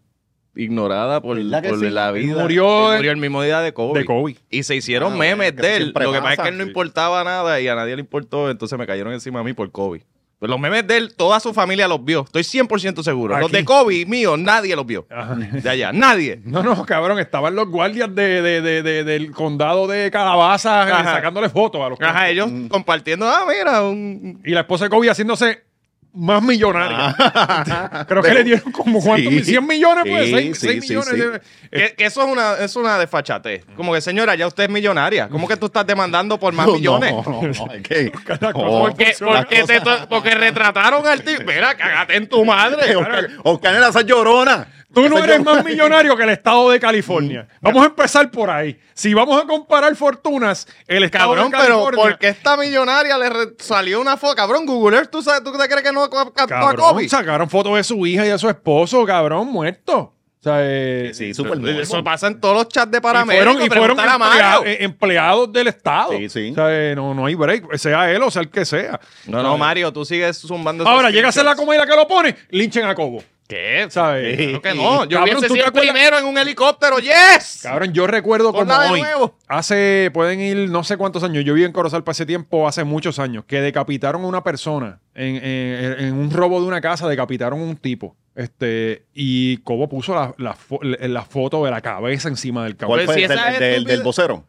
ignorada por, ¿Verdad que por sí? la Él vida. murió Él de- el mismo día de COVID. de COVID. Y se hicieron Ah, memes que de él. siempre Lo que pasa es pasa, que él no sí. importaba nada y a nadie le importó. Entonces me cayeron encima a mí por COVID. Pues los memes de él, toda su familia los vio. Estoy 100% seguro. Los Aquí. de Kobe, mío, nadie los vio. Ajá. De allá, nadie. No, no, cabrón, estaban los guardias de, de- de- de- del condado de Calabaza eh, Ajá. sacándole fotos a los Ajá, ellos Mm. compartiendo, ah, mira, un... Y la esposa de Kobe haciéndose más millonaria. Creo que Pero- le dieron como cuánto, Ah. Sí. 100 millones, pues, Sí, 6, sí, sí, millones. sí. de- Eh, Que, que eso es una, es una desfachatez. Como que, señora, ya usted es millonaria. ¿Cómo que tú estás demandando por más No, millones? No, no, no, es que- cosa Oh, por- Porque, porque, te to- porque retrataron al tipo. Mira, cagate en tu madre. Oscar, Oscar era esa llorona. Tú no Esa eres llorona. más millonario que el estado de California. Mm. Vamos a empezar por ahí. Si vamos a comparar fortunas, el estado Cabrón, de pero California... porque esta millonaria le re- salió una foto. Cabrón, Google Earth, ¿tú, sabes, ¿tú te crees que no ca- captó a Cabrón, Kobe? sacaron fotos de su hija y de su esposo, cabrón, muerto. O sea, eh, Sí, súper Eso nuevo. pasa en todos los chats de y paramédicos. fueron, y fueron preguntar a emplea- Mario. eh, empleados del Estado. Sí, sí. O sea, eh, no, no hay break, sea él o sea el que sea. No, no, Mario, tú sigues zumbando. esos Ahora, llega a ser la screenshots. comida que lo pone, linchen a Cobo. ¿Qué? ¿Sabes? Claro que no. Yo Cabrón, hubiese ¿tú te sido el acuerdas? primero en un helicóptero. ¡Yes! Cabrón, yo recuerdo Por como nada de hoy, nuevo. hace, pueden ir no sé cuántos años, yo viví en Corozal para ese tiempo, hace muchos años, que decapitaron a una persona en, en- en un robo de una casa, decapitaron a un tipo. Este, y Cobo puso la, la fo- la foto de la cabeza encima del cabrón. ¿Cuál fue Pues si el del, esa es del- estúpida- del vocero?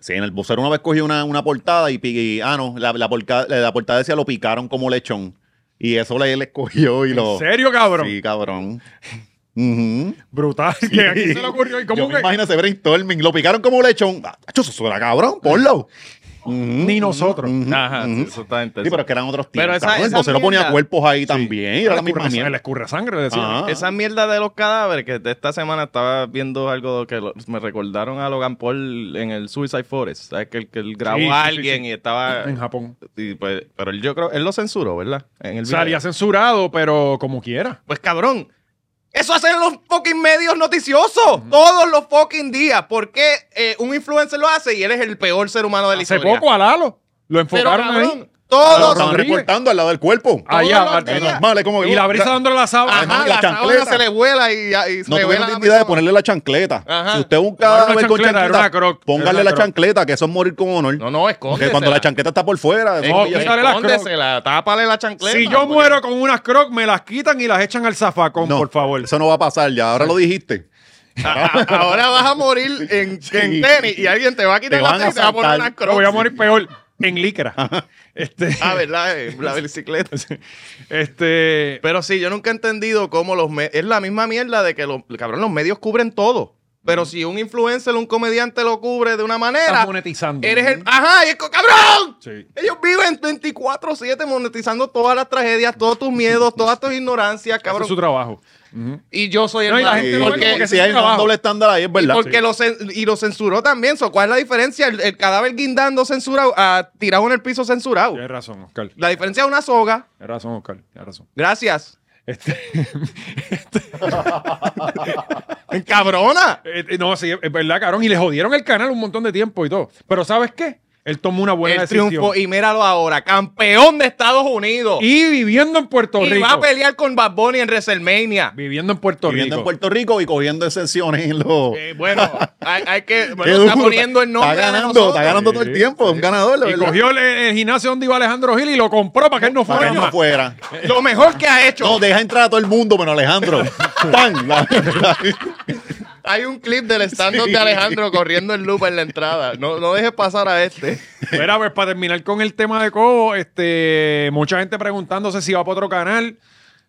Sí, en el vocero una vez cogí una, una portada y, pi- y- ah, no, la, la, porca- la portada decía lo picaron como lechón. Y eso le, le cogió y lo. ¿En serio, cabrón? Sí, cabrón. Ujú. Brutal. Que aquí se le ocurrió. ¿Y cómo Yo que- me imagino ese brainstorming. Lo picaron como lechón. Ah, chacho, eso suena cabrón, ponlo. Ni nosotros. Ajá, ujú. sí, eso está Sí, pero interesante. es que eran otros tiempos. Pero esa- cabrón. el esa vocero ponía mierda- cuerpos ahí también. Y era la Le misma escurre- mierda. Ah. Le escurre sangre, le decía. Ajá. Esa mierda de los cadáveres que de esta semana estaba viendo algo que lo- me recordaron a Logan Paul en el Suicide Forest. ¿Sabes? Que, él- que él grabó Sí, sí, a sí, alguien sí. y estaba. En Japón. y pues- pero él, yo creo. Él lo censuró, ¿verdad? En el video. Salía censurado, pero como quiera. Pues cabrón. Eso hacen los fucking medios noticiosos. Todos los fucking días. ¿Por qué eh, un influencer lo hace y él es el peor ser humano de la Hace historia? poco a Lalo. Lo Pero enfocaron ahí. cabrón, Ah, lo todos. estaban Rodríguez. recortando al lado del cuerpo. Ah, Allá, los al- días. normal. Vale, como que- Y la brisa dándole la sábana. Ajá, Ajá, la la sábana chancleta. se le vuela y, y se No le tuvieron vuela la la idea de persona. ponerle la chancleta. Ajá. Si usted es un No era cadáver una con chancleta, era una chancleta, croc. Era póngale una la croc. chancleta, que eso es morir con honor. No, no, escóndesela. Porque cuando la chancleta está por fuera, eso No, es quítale la croc. Escóndesela, tápale la chancleta. Si yo porque- muero con unas crocs, me las quitan y las echan al zafacón, No, por favor. Eso no va a pasar ya, ahora lo dijiste. A- a- Ahora vas a morir en, en tenis y alguien te va a quitar Te la van a tenis y te va a poner saltar. unas Pero voy crocs. a morir peor. En licra. Este, Ah, ¿verdad? Eh, La bicicleta. este, Pero sí, yo nunca he entendido cómo los... me- es la misma mierda de que los... Cabrón, los medios cubren todo. Pero si un influencer, un comediante lo cubre de una estás manera, monetizando. eres el... Ajá, y es co- ¡Cabrón! Sí. Ellos viven 24-7 monetizando todas las tragedias, todos tus miedos, todas tus ignorancias, Ese es cabrón. su trabajo. Ujú. Y yo soy el No, y la malo. gente Sí, no porque, porque Eh, si ese es hay mi un trabajo. doble estándar ahí, es verdad. porque lo cen- y lo censuró también. so, ¿Cuál es la diferencia? El, el cadáver guindando censurado a tirado en el piso censurado. Tienes razón, Oscar. La diferencia es una soga. Tienes razón, Oscar. Tienes razón. Gracias. Este, ¡Cabrona! Eh, eh, no, sí, es verdad, cabrón. Y le jodieron el canal un montón de tiempo y todo. Pero ¿sabes qué? Él tomó una buena el decisión. triunfo. Y míralo ahora. Campeón de Estados Unidos. Y, Y viviendo en Puerto Rico. va a pelear con Bad Bunny en WrestleMania. Viviendo en Puerto Viviendo en Rico. Puerto Rico y cogiendo exenciones en los. Eh, bueno, hay, hay que... Qué Bueno, está duro, poniendo el nombre Está de ganando, nosotros. está ganando todo Sí, el tiempo. Es un ganador, la Y verdad. cogió el, el gimnasio donde iba Alejandro Gil y lo compró para que él no Para fuera. que no más. fuera. Lo mejor que ha hecho. No, deja entrar a todo el mundo, menos Alejandro. ¡Tan! La- Hay un clip del stand-up de Alejandro corriendo el loop en la entrada. No, no dejes pasar a este. Mira, pues para terminar con el tema de Cobo, este, mucha gente preguntándose si va para otro canal.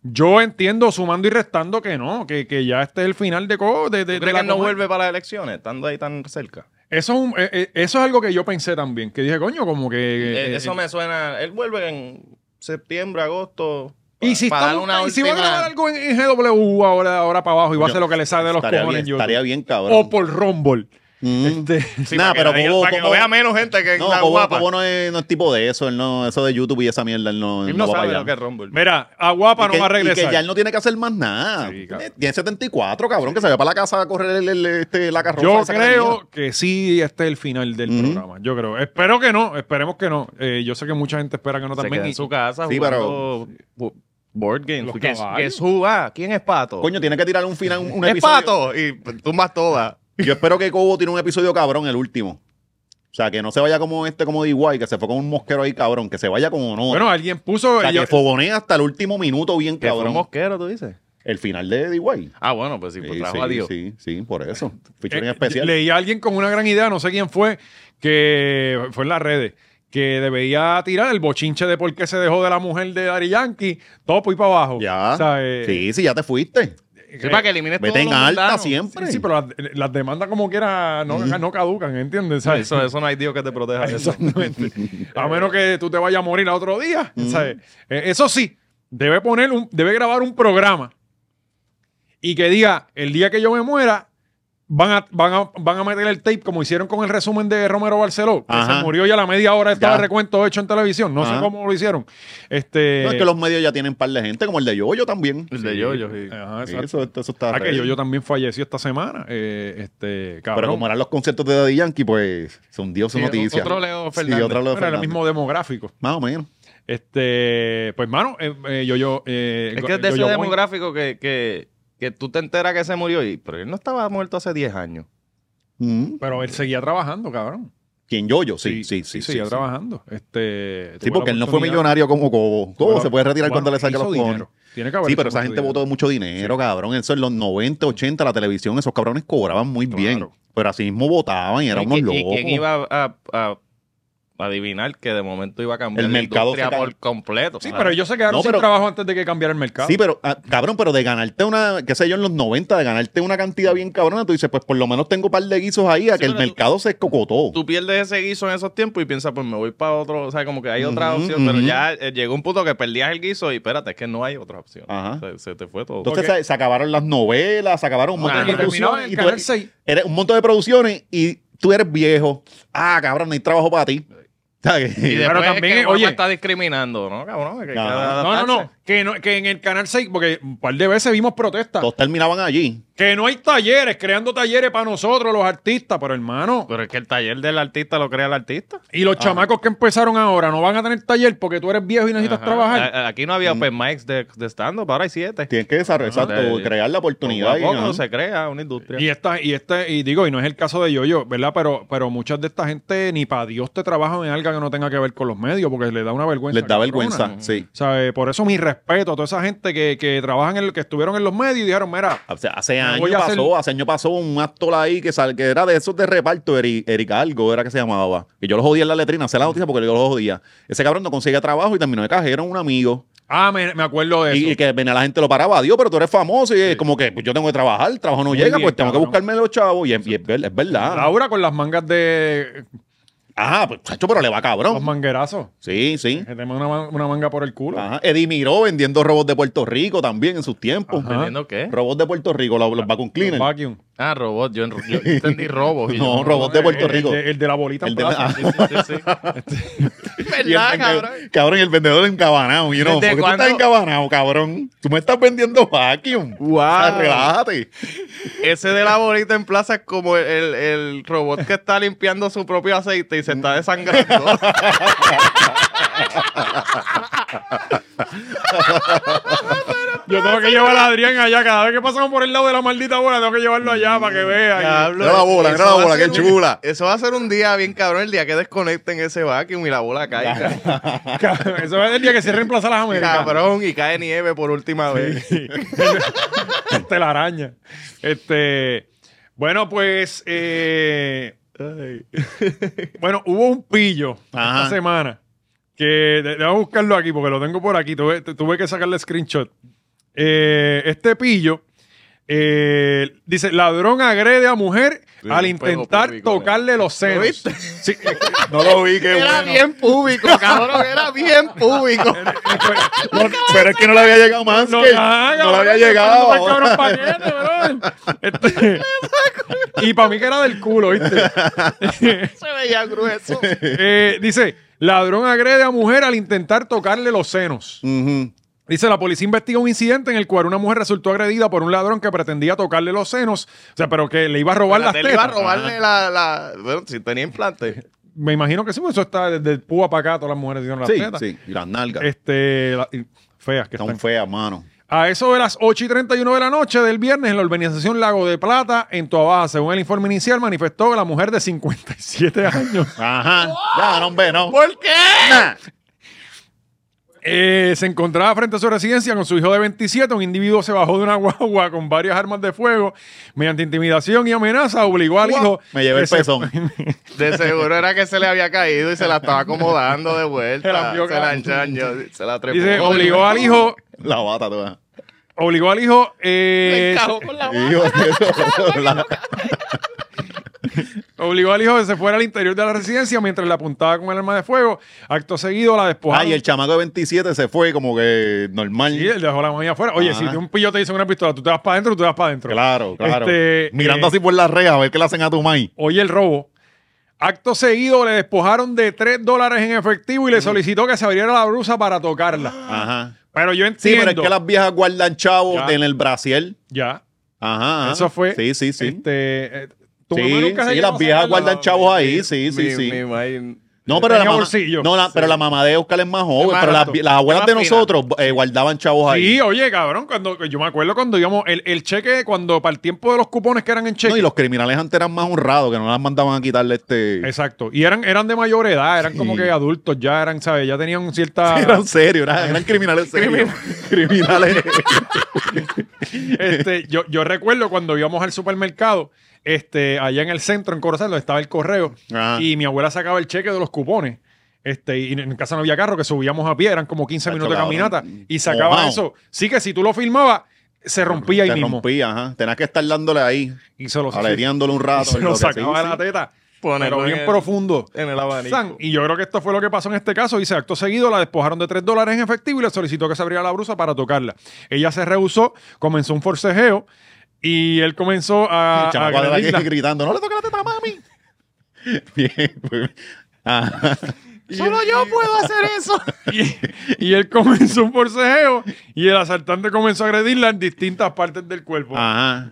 Yo entiendo, sumando y restando, que no, que, que ya este es el final de Cobo. De, de- ¿Tú de crees la que no comarca. vuelve para las elecciones, estando ahí tan cerca? Eso es, un- eh, eh, eso es algo que yo pensé también, que dije, coño, como que... Eh, eh, eso me suena. Él vuelve en septiembre, agosto. Y si, para dar estamos- y si van a última- grabar algo en, en GW ahora, ahora para abajo y va a Yo- hacer lo que le sale de los estaría cojones bien, en YouTube. estaría bien, cabrón. O por Rumble. Mm. Este, Sí, Nah, para que pero no haya- Cobo- para que no Cobo- vea menos gente que No, la Cobo, guapa. Cobo no, es, no es tipo de eso, él no, eso de YouTube y esa mierda, él no, Él no no va para sabe allá. lo que es Rumble. mira, Aguapa Y que- no va a Y que ya regresar. él no tiene que hacer más nada. Sí, cabrón. Tiene 74, cabrón, que se vaya para la casa a correr el, el- este, la carroza. Yo esa que tenía. creo que sí, este es el final del Ujú. programa. Yo creo. Espero que no, esperemos que no. Eh, yo sé que mucha gente espera que no Se también. queda en y- su casa Sí, jugando bo- board games. Los Que, que caballos. suba. ¿Quién es Pato? Coño, tiene que tirar un final, un, un es episodio. Pato. Y tumbas todas. Yo espero que Cobo tiene un episodio cabrón, el último. O sea, que no se vaya como este, como DIY, que se fue con un mosquero ahí, cabrón. Que se vaya con honor. Bueno, alguien puso. o sea, yo- que fogonea hasta el último minuto bien, Que fue un cabrón. mosquero, tú dices. El final de DIY. Ah, bueno, pues sí, pues trajo a Dios. sí, sí, por eso. Featuring eh, especial. Leí a alguien con una gran idea, no sé quién fue, que fue en las redes, que debería tirar el bochinche de por qué se dejó de la mujer de Dari Yankee, topo y para abajo. Ya. O sea, eh, sí, sí, ya te fuiste. eh, Sí, para que elimines Vete todos en los alta mundanos. siempre. Sí, sí, pero las, las demandas como quiera no, no caducan, ¿entiendes? ¿Sabes? Eso, eso no hay Dios que te proteja. de Eso. Exactamente. A menos que tú te vayas a morir a otro día. ¿sabes? Eh, eso sí, debe poner un, debe grabar un programa y que diga, el día que yo me muera, van a, van a, van a meter el tape como hicieron con el resumen de Romero Barceló, que Ajá. se murió ya a la media hora estaba Ya. el recuento hecho en televisión. No Ajá. sé cómo lo hicieron. Este, No, es que los medios ya tienen par de gente, como el de Yoyo también. El de Yoyo, sí. Ajá, Sí, exacto. eso, esto- eso está. Ah, que ready. yo, yo también falleció esta semana. eh, este, Pero cabrón. como eran los conciertos de Daddy Yankee, pues se hundió su Sí, noticia. otro Leo Sí, Fernández. otro Era Leo el Fernández. mismo demográfico. Más o menos. Este, pues, mano, eh, eh, yo, yo. eh, Es que es de ese Yo-Yo Boy. demográfico que, que, que tú te enteras que se murió. Y, pero él no estaba muerto hace 10 años. Mm. Pero él seguía trabajando, cabrón. ¿Quién Yoyo? Sí, sí, sí. sí, seguía sí. trabajando. Este, Sí, tuvo la porque él no fue oportunidad. millonario como Cobo. Cobo Tuvo la- se puede retirar cuando Bueno, le saque hizo los dinero. cojones. Tiene Ah, que haber Sí, hecho pero esa mucho gente dinero. votó mucho dinero, cabrón. Eso en los 90, 80, la televisión, esos cabrones cobraban muy Claro. bien. Pero así mismo votaban y eran ¿Y unos qui- locos. y ¿Quién iba a, a- a adivinar que de momento iba a cambiar El la mercado industria se ca- por completo? Sí, ¿sabes? pero ellos se quedaron Ah, No, sin pero- trabajo antes de que cambiara el mercado. Sí, pero, ah, cabrón, pero de ganarte una, qué sé yo, en los 90, de ganarte una cantidad bien cabrona, tú dices, pues por lo menos tengo un par de guisos ahí, a Sí, que el pero tú- mercado se cocotó. Tú pierdes ese guiso en esos tiempos y piensas, pues me voy para otro. O sea, como que hay otra Ujú, opción. Pero ujú. ya eh, llegó un punto que perdías el guiso y espérate, es que no hay otra opción. Ajá. Se, se te fue todo. Entonces porque- se, se acabaron las novelas, se acabaron un Porque montón Ah, de no, terminaba en el producciones. Y tú canal eres, 6. eres un montón de producciones y tú eres viejo. Ah, cabrón, no hay trabajo para ti. ¿Sabes? y de- después pero es también, que eh, Walmart oye. está discriminando, ¿no, cabrón? Es que hay No, no, que No, no, adaptarse. no que, no. que en el canal 6, porque un par de veces vimos protestas. Todos terminaban allí. Que no hay talleres, creando talleres para nosotros, los artistas, pero hermano. Pero es que el taller del artista lo crea el artista. Y los chamacos que empezaron ahora no van a tener taller porque tú eres viejo y necesitas Ajá. trabajar. A- a- Aquí no Mm. había open mics de, de stand-up, ahora hay siete. Tienes que desarrollar, Ah, exacto, de- crear la Poco a oportunidad. y, poco ajá. se crea una industria. Y esta, y este, y digo, y no es el caso de Yoyo, ¿verdad? Pero, pero muchas de esta gente ni para Dios te trabajan en algo que no tenga que ver con los medios, porque les da una vergüenza. Les da cabrona. vergüenza, sí. O sea, eh, por eso mi respeto a toda esa gente que, que trabajan en el, que estuvieron en los medios y dijeron, mira, O sea, hace Me años voy a hacer- pasó, hace años pasó un actor ahí que, sal- que era de esos de reparto, Eri- Eric algo era que se llamaba. Que yo lo jodía en la letrina, hace la noticia porque yo lo jodía. Ese cabrón no conseguía trabajo y terminó de cajero en un amigo. ah, me, me acuerdo de eso. Y, y que venía la gente lo paraba, Dios, pero tú eres famoso. Y es como que pues, yo tengo que trabajar, el trabajo no Muy llega, bien, pues tengo que cabrón. buscarme los chavos. Y es, y es ver- es verdad. Laura con las mangas de Ajá, pues chacho, pero le va los cabrón. manguerazos. Sí, sí. Que te manda una, man- una manga por el culo. Ajá. Eddie Miró vendiendo robots de Puerto Rico también en sus tiempos. Ajá. ¿Entendiendo qué? Robots de Puerto Rico, los, los vacuum Los cleaners. vacuum. Ah, robot. Yo, en- yo entendí robo. y yo, No, robot de Puerto El- Rico. El, de- el de la bolita en El de- plaza. ah. Sí, sí, sí, sí. Y el ¿Verdad, vende- cabrón? eh, Cabrón, y el vendedor encabanado. You know, ¿Desde porque tú cuándo? estás encabanado, cabrón. Tú me estás vendiendo vacuum. Wow. O sea, relájate. Ese de la bolita en plaza es como el, el- el robot que está limpiando su propio aceite y se está desangrando. Yo tengo que llevar a Adrián allá. Cada vez que pasamos por el lado de la maldita bola, tengo que llevarlo allá para que vea. Diablo, Mira la bola, eso mira la va a bola, ser qué un- chula. Eso va a ser un día bien cabrón, el día que desconecten ese vacuum y la bola caiga. Eso es el día que se reemplaza las Américas. cabrón, y cae nieve por última vez. Telaraña. Este. Bueno, pues. eh, bueno, hubo un pillo Ajá. esta semana. Que de- debo buscarlo aquí porque lo tengo por aquí. Tuve, tu- tuve que sacarle screenshot. Eh, este pillo. eh, dice, ladrón agrede a mujer Sí, al un intentar pejo público, tocarle los ¿Lo senos. viste? Sí, eh, No lo vi, qué Era bien público, cabrón, era bien público. No, pero es que no le había llegado más. No, que- ah, no este le cabrón, había que llegado. cuando va el cabrón paquete, brother. Este, y para mí que era del culo, ¿viste? Se veía grueso. Eh, dice, ladrón agrede a mujer al intentar tocarle los senos. Ujú. Dice, la policía investiga un incidente en el cual una mujer resultó agredida por un ladrón que pretendía tocarle los senos. O sea, pero que le iba a robar las Espérate, él tetas. iba a robarle la, la- Bueno, si tenía implante. Me imagino que sí, porque eso está desde el púa para acá, todas las mujeres tienen las Sí, tetas. sí. Y las nalgas. Este, la- y- feas que Están están. feas, mano. A eso de las 8 y 31 de la noche del viernes, en la urbanización Lago de Plata, en Toabaja, según el informe inicial, manifestó que la mujer de 57 años Ajá. Ya, no, hombre, no. ¿Por qué? Nah. eh, se encontraba frente a su residencia con su hijo de 27. Un individuo se bajó de una guagua con varias armas de fuego. Mediante intimidación y amenaza, obligó al hijo. Me llevé que el se- pezón. De seguro era que se le había caído y se la estaba acomodando de vuelta. Se la vio se, la caer. enchañó, se la trepó. Dice, obligó al hijo. La bata, tú. ah. Obligó al hijo. eh, Hijo de eso. La- Obligó al hijo que se fuera al interior de la residencia mientras le apuntaba con el arma de fuego. Acto seguido la despojaron. Ay, Ah, el chamaco de 27 se fue como que normal. Sí, él dejó la mamá afuera. Oye, Ajá. si un pillo te dice una pistola, tú te vas para adentro, tú te vas para adentro. Ah. Claro, claro. Este, Mirando eh, así por la reja, a ver qué le hacen a tu maíz. Oye, el robo. Acto seguido le despojaron de 3 dólares en efectivo y Mm. le solicitó que se abriera la blusa para tocarla. Ajá. Pero yo Ah. Sí, entiendo. pero es que las viejas guardan chavos Ya. de- en el brasier. Ya. Ajá. ajá. Eso fue. Ah. Sí, sí, sí. Este, eh, tu mamá sí, nunca se sí, llevó a las viejas sacarla. guardan chavos Oh, ahí, sí, sí, Mi- sí. mi mai- no, pero la, tenía mamá, bolsillo. no la- pero la mamá de Oscar es más joven, más pero las, alto. las abuelas Más de fina. nosotros eh, guardaban chavos ahí. Sí, oye, cabrón, cuando yo me acuerdo cuando digamos el, el cheque cuando para el tiempo de los cupones que eran en cheque. No, y los criminales antes eran más honrados, que no las mandaban a quitarle este... Exacto. Y eran, eran de mayor edad, eran como Sí. que adultos, ya eran, ¿sabes? Ya tenían cierta. Eran serios, eran, eran criminales serios. criminales. este, yo, yo recuerdo cuando íbamos al supermercado, este, allá en el centro, en Corozal, donde estaba el correo, Ajá. y mi abuela sacaba el cheque de los cupones. Este, y en casa no había carro, que subíamos a pie, eran como 15 Chacho, minutos de cabrón. caminata, y sacaba Mojao. eso. Sí que si tú lo filmabas, se rompía ahí Te mismo. rompía, ajá. Tenías que estar dándole ahí, Y se lo, alereándole un y rato. se en lo lo que- sí, sacaba de sí. la teta. Ponerlo pero en bien el- profundo. En el abanico. San, y yo creo que esto fue lo que pasó en este caso. Dice, acto seguido, la despojaron de 3 dólares en efectivo y le solicitó que se abriera la brusa para tocarla. Ella se rehusó, comenzó un forcejeo y él comenzó a, El a chamaco de la agredirla. que gritando, no le toques la teta a mami. Bien, pues, ajá. Solo yo puedo hacer eso. y, y él comenzó un forcejeo y el asaltante comenzó a agredirla en distintas partes del cuerpo. Ah.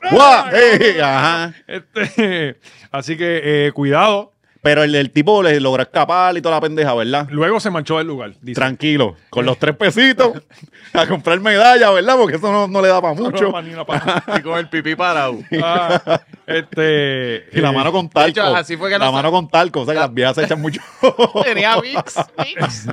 Ajá. ¡Guau! ¡Eh! Ajá. Este, así que eh, cuidado. Pero el, el tipo le logró escapar y toda la pendeja, ¿verdad? Luego se marchó del lugar. dice. Tranquilo, con los tres pesitos a comprar medallas, ¿verdad? Porque eso no, no le da para mucho. No, pa' ni una pa- Y con el pipí parado. Ah, este, Y la eh, mano con De talco. hecho, así fue que la las- mano con talco, o sea que las viejas se echan mucho. Tenía Vix. Vix.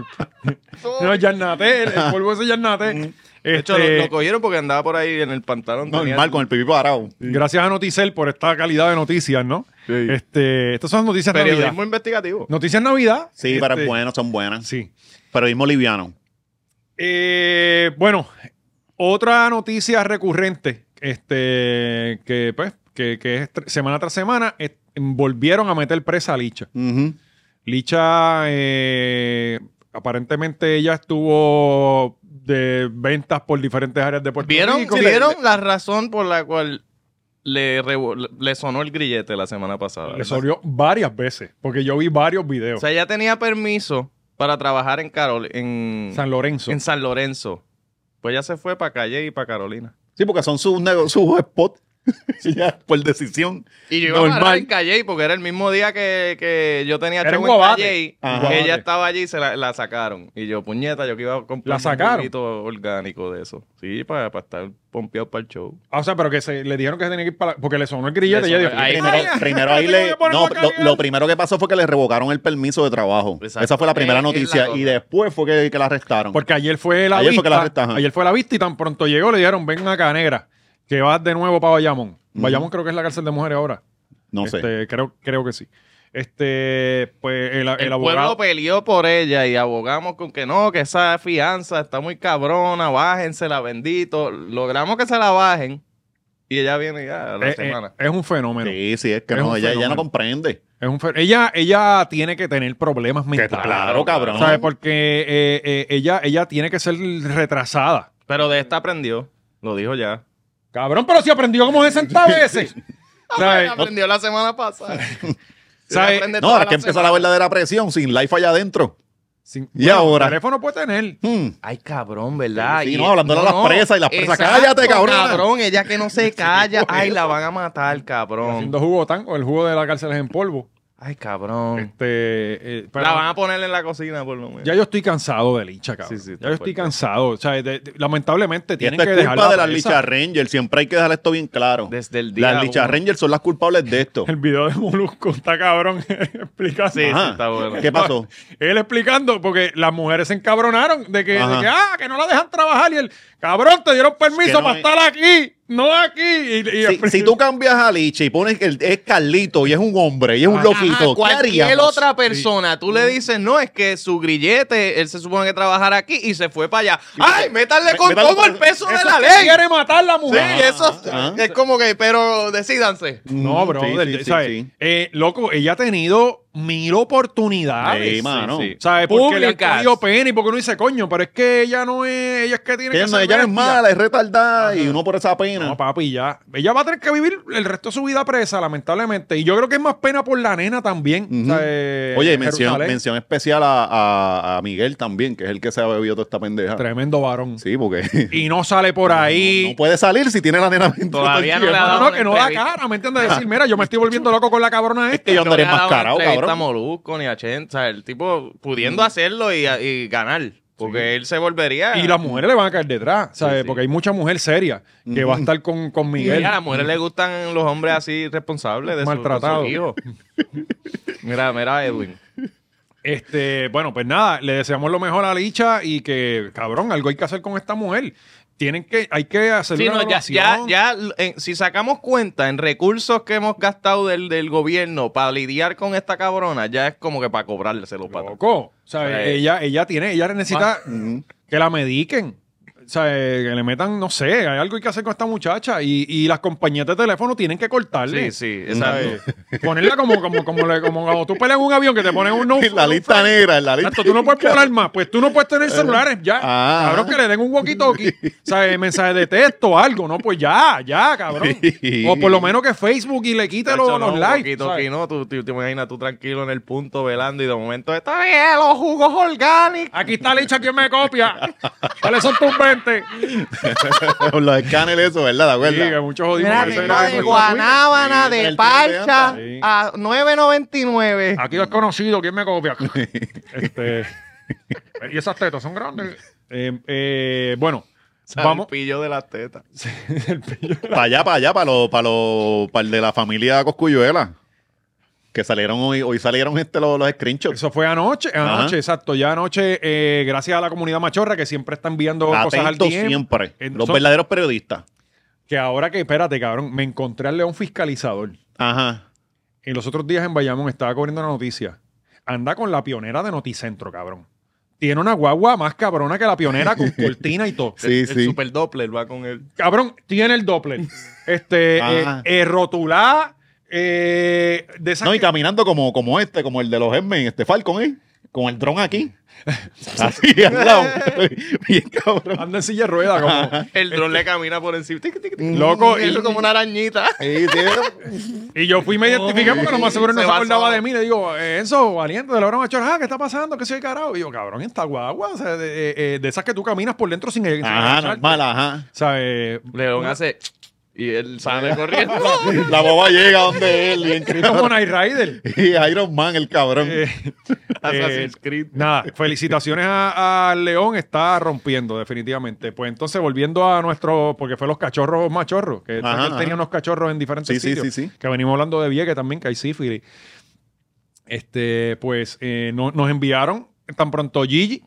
eh, No, Yarnate, el, el polvo ese Mm. Yarnate. De hecho, Este, lo, lo cogieron porque andaba por ahí en el pantalón. tenía- Normal, con el pipí parado. Gracias a Noticel por esta calidad de noticias, ¿no? Sí. Este, estas son noticias Navidad. Periodismo investigativo. Noticias Navidad. Sí, pero es Este, bueno, son buenas. Sí. Periodismo liviano. Eh, bueno, otra noticia recurrente, este, que pues, que, que es tr- semana tras semana, eh, volvieron a meter presa a Licha. Ujú. Licha, eh, aparentemente ella estuvo de ventas por diferentes áreas de Puerto ¿Vieron, Rico. ¿vieron la razón por la cual le, revo- le sonó el grillete la semana pasada? Le ¿verdad? sonrió varias veces, porque yo vi varios O videos. sea, ella tenía permiso para trabajar en, Carol en, San Lorenzo. en San Lorenzo. Pues ya se fue para Calle y para Carolina. Sí, porque son sus nego- sus spots. Ya, por decisión. Y yo iba a parar Normal. en Calle porque era el mismo día que, que yo tenía Era en chavo Guabate. Ah, Calle. Ajá. que Guabate. Ella estaba allí y se la, la sacaron. Y yo, puñeta, yo que iba a comprar ¿La sacaron? un poquito orgánico de eso. Sí, para, para estar pompeado para el show. Ah, o sea, pero que se, le dijeron que se tenía que ir para... la- Porque le sonó el grillete Le y ella sonó- dijo... ahí- "Ay, ay, Primero, primero ay, ahí tengo le. que ponerlo No, a lo, cargar". lo primero que pasó fue que le revocaron el permiso de trabajo. Exacto. Esa fue la primera Eh, es noticia. la y cosa. después fue que, que la arrestaron. Porque ayer fue la Ayer fue vista. que la arrestaron, ajá. ayer fue la vista y tan pronto llegó le dijeron, ven acá, negra, que vas de nuevo para Bayamón. Bayamón creo que es la cárcel de mujeres ahora. no sé. Este, creo, creo que sí. Este, pues el, el El, abogado... pueblo peleó por ella y abogamos con que no, que esa fianza está muy cabrona, bájensela, bendito. Logramos que se la bajen y "Ah, ella viene ya a la eh, eh, semana. es un fenómeno. sí, sí, es que es no, un ella, ella no fenómeno. comprende. Es un fe- ella, ella tiene que tener problemas Que- mentales. claro, cabrón. ¿Sabes? Porque eh, eh, ella, ella tiene que ser retrasada. Pero de esta aprendió, lo dijo ya. Cabrón, pero si aprendió como 60 veces. ¿Sabes? Aprendió la semana pasada. ¿Sabes? No, ahora que empieza la verdadera presión, sin life allá adentro. Sin- Y ahora. Teléfono puede tener. Hmm. Ay, cabrón, ¿verdad? Sí, Y- no, hablándole a las presas y las presas, "Cállate, cabrona". Cabrón, ella que no se calla. Ay, la van a matar, Está cabrón. Haciendo jugo tan o el jugo de la cárcel es en polvo. Ay, Eh, cabrón. Este, eh, pero- la van a poner en la cocina, por lo menos. Ya yo estoy cansado de licha, cabrón. Sí, sí, está ya yo estoy fuerte. cansado. O sea, de- de- lamentablemente Y tienen esto que es dejar culpa de las presa. Licha Rangers. Siempre hay que dejar esto bien claro. Desde el día Las Licha uno. Rangers son las culpables de esto. El video de Molusco está cabrón explicando. Sí, Ajá. sí, está bueno. ¿Qué pasó? Él explicando, porque las mujeres se encabronaron de que, de Ajá. que, ah, que no la dejan trabajar. Y el cabrón, te dieron permiso Que no para hay- estar aquí, no aquí. Y, y- Si, si tú cambias a Licha y pones que el- es Carlito y es un hombre y es un Ajá, loquito, ¿qué Ah, cualquier haríamos? otra persona, tú le dices, no, es que su grillete, él se supone que trabajara aquí y se fue para allá. ¡Ay, métanle Me- con métanle todo con- el peso de Eso la es que ley! quiere matar la Sí, Ah, mujer. eso Ajá. es como que, pero decídanse. No, Mm, bro. sí, del- sí, sí, ¿sabes? sí. Eh, loco, ella ha tenido mil oportunidades. Sí, mano. sí. ¿Sabes? Porque le han Públicas. cogido pena y porque uno dice, coño, pero es que ella no es. Ella es que tiene Ella que no ser ella no es bestia. mala, es retardada y uno por esa pena. No, papi, ya. Ella va a tener que vivir el resto de su vida presa, lamentablemente. Y yo creo que es más pena por la nena también. Ujú. O sea, eh, Oye, mención, Jerusalén. mención especial a, a- a Miguel también, que es el que se ha bebido toda esta pendeja. Tremendo varón. Sí, porque Y no sale por no, ahí. puede salir si tiene la nena dentro Todavía todo el no le ha tiempo. No, dado no, que no da entrevista. cara, ¿me entiendes? Decir, mira, yo me estoy volviendo loco con la cabrona que esta. yo andaré le ha dado una enmascarado, entrevista a cabrón. Molusco ni a Chen, o sea, el tipo pudiendo hacerlo y, y ganar, porque él se volvería. Y las mujeres le van a caer detrás, ¿sabes? Sí, sí. Porque hay mucha mujer seria que va a estar con, con Miguel. Mira, a las mujeres les gustan los hombres así responsables de su- Maltratados. con sus hijos. Mira, mira Edwin. Este, bueno, pues nada, le deseamos lo mejor a Licha y que, cabrón, algo hay que hacer con esta mujer. Tienen que, hay que hacer Sí, una no, ya, ya, evaluación. ya, en- si sacamos cuenta en recursos que hemos gastado del, del gobierno para lidiar con esta cabrona, ya es como que para cobrarse los patos. Loco, o sea, Eh. ella, ella tiene, ella necesita Ah. Ujú. que la mediquen. O sea, eh, que le metan, no sé, hay algo hay que hacer con esta muchacha. Y, y las compañías de teléfono tienen que cortarle. Sí, sí, ¿sabes? exacto. Ponerla como, como, como, le- como cuando tú peleas en un avión que te ponen un no. En la lista negra, en la lista Exacto, tú no puedes volar más. Pues tú no puedes tener celulares, ya. Ah. cabrón, que le den un walkie-talkie. O sea, eh, mensaje de texto, algo, ¿no? Pues ya, ya, cabrón. O por lo menos que Facebook y le quite los, Tacho, no, los un likes. poquito ¿sabes? aquí, no, tú, tú- te imaginas tú tranquilo en el punto velando y de momento está bien, los jugos orgánicos. Aquí está Licha, quien me copia. ¿Cuáles son tus 20? Con los escáneres, eso, ¿verdad? ¿De acuerdo? Sí, que muchos jodimos. Mira, que tengo se graban de con- guanábana, de parcha, Sí. a 9.99. Aquí es conocido, ¿quién me copia? Este, y esas tetas son grandes. Eh, eh, bueno, Vamos. vamos. El pillo de las tetas. Para allá, para allá, para los, para los, para el de la familia Coscuyuela. Que salieron hoy, hoy salieron este, los, los screenshots. Eso fue anoche, Ajá. anoche, exacto. Ya anoche, eh, gracias a la comunidad machorra que siempre está enviando cosas al Atentos tiempo. siempre. En- Los son- verdaderos periodistas. Que ahora que, espérate, cabrón, me encontré al león fiscalizador. Ajá. En los otros días en Bayamón estaba corriendo la noticia. Anda con la pionera de Noticentro, cabrón. Tiene una guagua más cabrona que la pionera con cortina y todo. Sí, el, sí. super Doppler va con él. Cabrón, tiene el Doppler. Este, eh, Ajá. eh, rotulá, eh, de esas No, y que- caminando como, como este, como el de los Hermes, este Falcon, ¿eh? Con el dron aquí. Así, al lado. Bien cabrón. anda en silla de ruedas. Como. El dron le camina por encima. Tic, tic, tic. Loco, Él Oh, y- como una arañita. Sí, sí. Y yo fui y me identifiqué porque lo más seguro no Se se basó. acordaba de mí. Le digo, eh, Enzo, valiente, de la broma chorra, ah, ¿qué está pasando? ¿Qué soy carajo? Y yo, cabrón, esta guagua, o sea, de, eh, eh, de esas que tú caminas por dentro sin... sin Ajá, agacharte. normal, ajá. O sea, eh, León hace. Y él sale corriendo. La boba llega donde él. bien es cabrón. como Night Rider. Y Iron Man, el cabrón. Eh, Assassin's eh, Creed. Nada, felicitaciones a, a León, está rompiendo definitivamente. Pues entonces, volviendo a nuestro, porque fue los cachorros machorros, que él Ajá, ajá. tenía unos cachorros en diferentes Sí, sí, sitios, sí, sí. que venimos hablando de Vieques también, que hay sífilis. Este, pues eh, no- nos enviaron tan pronto Gigi,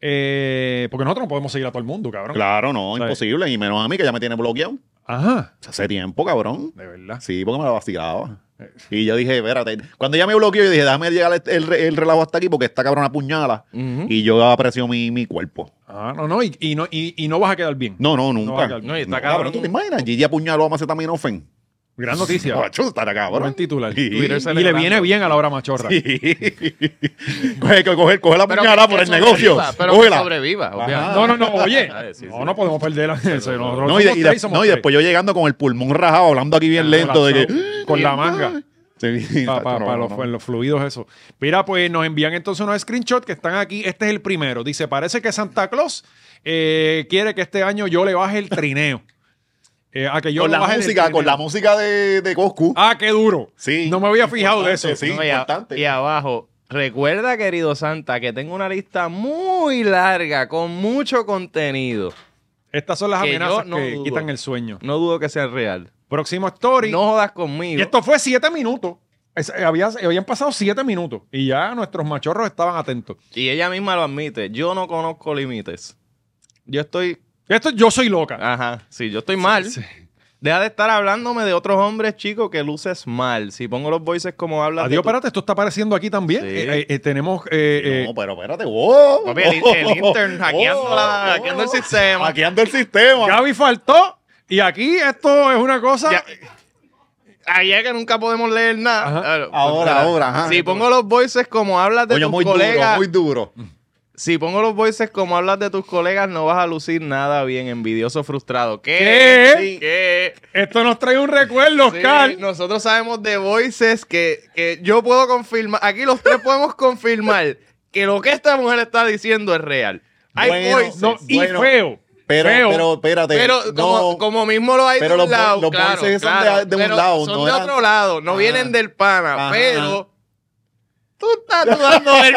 eh, porque nosotros no podemos seguir a todo el mundo, cabrón. claro, no, ¿Sabes? imposible. Y menos a mí, que ya me tiene bloqueado. Ajá, Hace tiempo, cabrón. de verdad. Sí, porque me la vacilaba. Ah, eh, Y yo dije, espérate. Cuando ella me bloqueó, yo dije, déjame llegar el, el, el relajo hasta aquí porque esta cabrona puñala. Ujú. Y yo aprecio mi, mi cuerpo. Ah, no, no, y, y no, y, y no vas a quedar bien. No, no, No va a nunca. quedar- No, y está No, cabrón. ¿Tú te imaginas? Gigi apuñaló a Macetaminofen. Gran noticia. Macho, estará cabrón. Buen titular. Sí. Y le viene bien a la hora machorra. coge, coge, coge, coge la Pero puñalada que- por que el negocio. sobreviva, Pero que Cógela. sobreviva, obviamente. No, no, no, oye. Ah, sí, sí. No, no podemos perder la Nosotros No, somos y, de- y de- tres, somos no, y tres. después yo llegando con el pulmón rajado, hablando aquí bien lento. De que, Con la manga. Sí, Para tacho, no, los, no. pa' los fluidos, eso. Mira, pues nos envían entonces unos screenshots que están aquí. Este es el primero. Dice: Parece que Santa Claus eh, quiere que este año yo le baje el trineo. Eh, a que yo con lo la baje del música, con la trineo. música de, de Coscu. Ah, qué duro. Sí. No me había fijado de eso. Importante, Sí, No, y, a- importante. y abajo, recuerda, querido Santa, que tengo una lista muy larga con mucho contenido. Estas son las Que amenazas yo no que dudo. quitan el sueño. No dudo que sea real. Próximo story. No jodas conmigo. Y esto fue siete minutos. Es- eh, había- habían pasado siete minutos y ya nuestros machorros estaban atentos. Y ella misma lo admite. Yo no conozco límites. Yo estoy. Esto yo soy loca. Ajá. Sí, yo estoy mal. Deja de estar hablándome de otros hombres, chicos, que luces mal. Si pongo los voices como hablas. de Adiós, tu- espérate, esto está apareciendo aquí también. Sí. Eh, eh, eh, tenemos. eh, eh, no, pero espérate. ¡Wow! Papi, el, el Oh, intern hackeando, la- hackeando el sistema. Hackeando el sistema. Gaby faltó y aquí esto es una cosa. Ya- Allá que nunca podemos leer nada. Ajá. Ah, Ahora, pues, ahora, ajá. Si pongo los voices como hablas de Coño, tus muy colegas. duro, muy duro. Si pongo los voices como hablas de tus colegas, no vas a lucir nada bien, envidioso, frustrado. ¿Qué? ¿Qué? Sí. ¿Qué? Esto nos trae un recuerdo, Sí, Oscar. nosotros sabemos de voices que, que yo puedo confirmar. Aquí los tres podemos confirmar que lo que esta mujer está diciendo es real. Hay Bueno, voices. No, y Bueno, feo. Pero, feo. pero espérate. pero no, como, como mismo lo hay pero de los un vo- lado. los claro, voices son claro, de- de un pero lado, Son no de eran- otro lado, no Ajá. vienen del pana. Ajá. Pero tú estás dudando del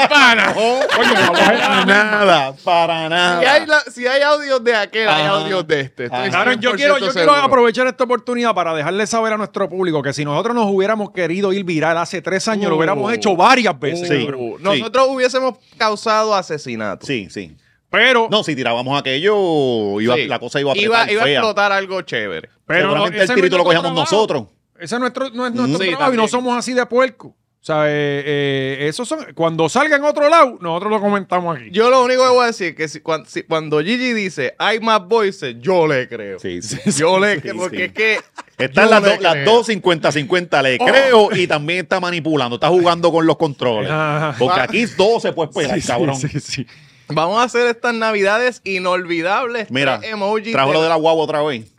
pana. Coño, la para mujer- nada, para Si hay, nada. la- si hay audios de aquel, hay Ajá. audios de este. Estoy Ajá. Claro, yo 100% quiero, yo quiero seguro. aprovechar esta oportunidad para dejarle saber a nuestro público que si nosotros nos hubiéramos querido ir viral hace tres años, lo Uh. hubiéramos hecho varias veces. Sí. cabrón. Uh, Nosotros hubiésemos causado asesinato. Sí, sí. Pero, No, si tirábamos aquello, iba, Sí. la cosa iba a iba, apretar iba a fea. explotar algo chévere. pero no, Seguramente ese el no tirito es nuestro lo cogíamos trabajo. nosotros. Ese es nuestro, no es nuestro Sí, trabajo y no también. somos así de puerco. O sea, eh, eh, esos son. Cuando salga en otro lado, nosotros lo comentamos aquí. Yo lo único que voy a decir es que si, cuan- si- cuando, Gigi dice hay más voices, yo le creo. Sí, sí, sí, yo le sí, creo. sí. porque es que. Están yo las, le Oh. do- las creo. dos 50-50, le creo, y también está manipulando, está jugando con los controles. Ajá. Porque aquí todo se puede esperar, Pues, cabrón. Sí, sí, sí. Vamos a hacer estas navidades inolvidables. Mira, tres emojis trajo de- lo de la guagua otra vez.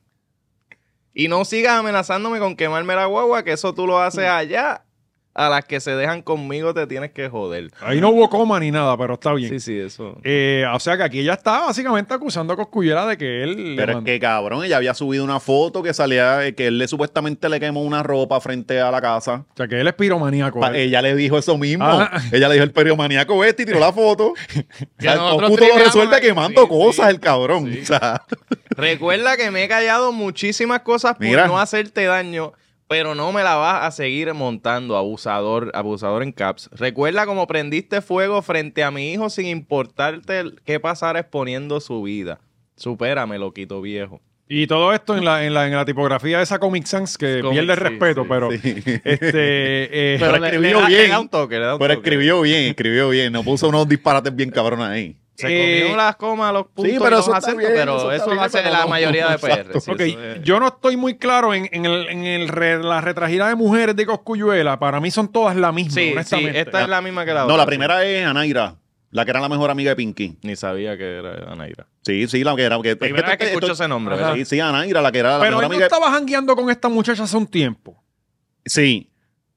Y no sigas amenazándome con quemarme la guagua, que eso tú lo haces Mm. allá. A las que se dejan conmigo te tienes que joder. Ahí no hubo coma ni nada, pero está bien. Sí, sí, eso. Eh, o sea que aquí ella está básicamente acusando a Coscullera de que él. le Pero es mandó- que cabrón, ella había subido una foto que salía, eh, que él le supuestamente le quemó una ropa frente a la casa. O sea que él es piromaníaco. Pa- eh. ella le dijo eso mismo. Ajá. Ella le dijo el periomaníaco este y tiró la foto. o sea, el nosotros Coscu todo tripeamos resuelve ahí. quemando Sí, cosas, sí. el cabrón. O sea, Recuerda que me he callado muchísimas cosas por Mira. no hacerte daño, pero no me la vas a seguir montando, abusador, abusador en caps. Recuerda como prendiste fuego frente a mi hijo sin importarte el- qué pasara exponiendo su vida. Supérame, loquito viejo. Y todo esto en la, en la, en la tipografía de esa Comic Sans que Comic, pierde el sí, respeto, sí, pero. sí. Este, eh, Pero le- escribió le da- bien. le da un toque, le da un Pero toque. escribió bien, escribió bien. No puso unos disparates bien cabrones ahí. Se Eh, comió las comas, los puntos pero y los eso está acentos, bien, pero eso eso, está bien, lo hace pero la no, mayoría de PR. exacto. sí, ok, eso es- yo no estoy muy claro en, en el- en el re- la retragida de mujeres de Coscuyuela. Para mí son todas la misma, Sí, sí, honestamente. esta es la misma que la otra. No, la sí. primera es Anaira, la que era la mejor amiga de Pinky. Ni sabía que era Anaira. Sí, sí, la que era. Que, es Primera vez esto- que escucho esto- ese nombre, Ajá. ¿verdad? Sí, sí, Anaira, la que era la Pero mejor él no amiga. de- estaba jangueando con esta muchacha hace un tiempo. Sí,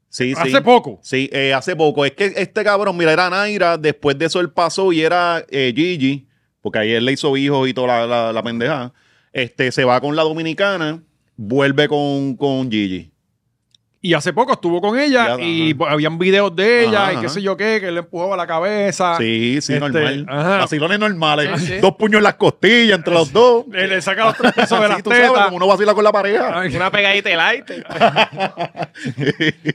sí, sí. Hace poco. Sí, eh, hace poco. Es que este cabrón, mira, era Naira, después de eso él pasó y era eh, Gigi, porque ahí él le hizo hijos y toda la, la, la pendejada. Este, se va con la dominicana, vuelve con, con Gigi. Y hace poco estuvo con ella Ya, y ajá. pues, habían videos de ella Ajá, y qué ajá. sé yo qué, que le empujaba la cabeza. Sí, sí, este, normal. ajá. Vacilones normales. Sí, sí. Dos puños en las costillas entre los dos. Le, le saca los tres pesos de Así las tú sabes, tetas. Ah, como uno vacila con la pareja. Ay, Una pegadita el aire.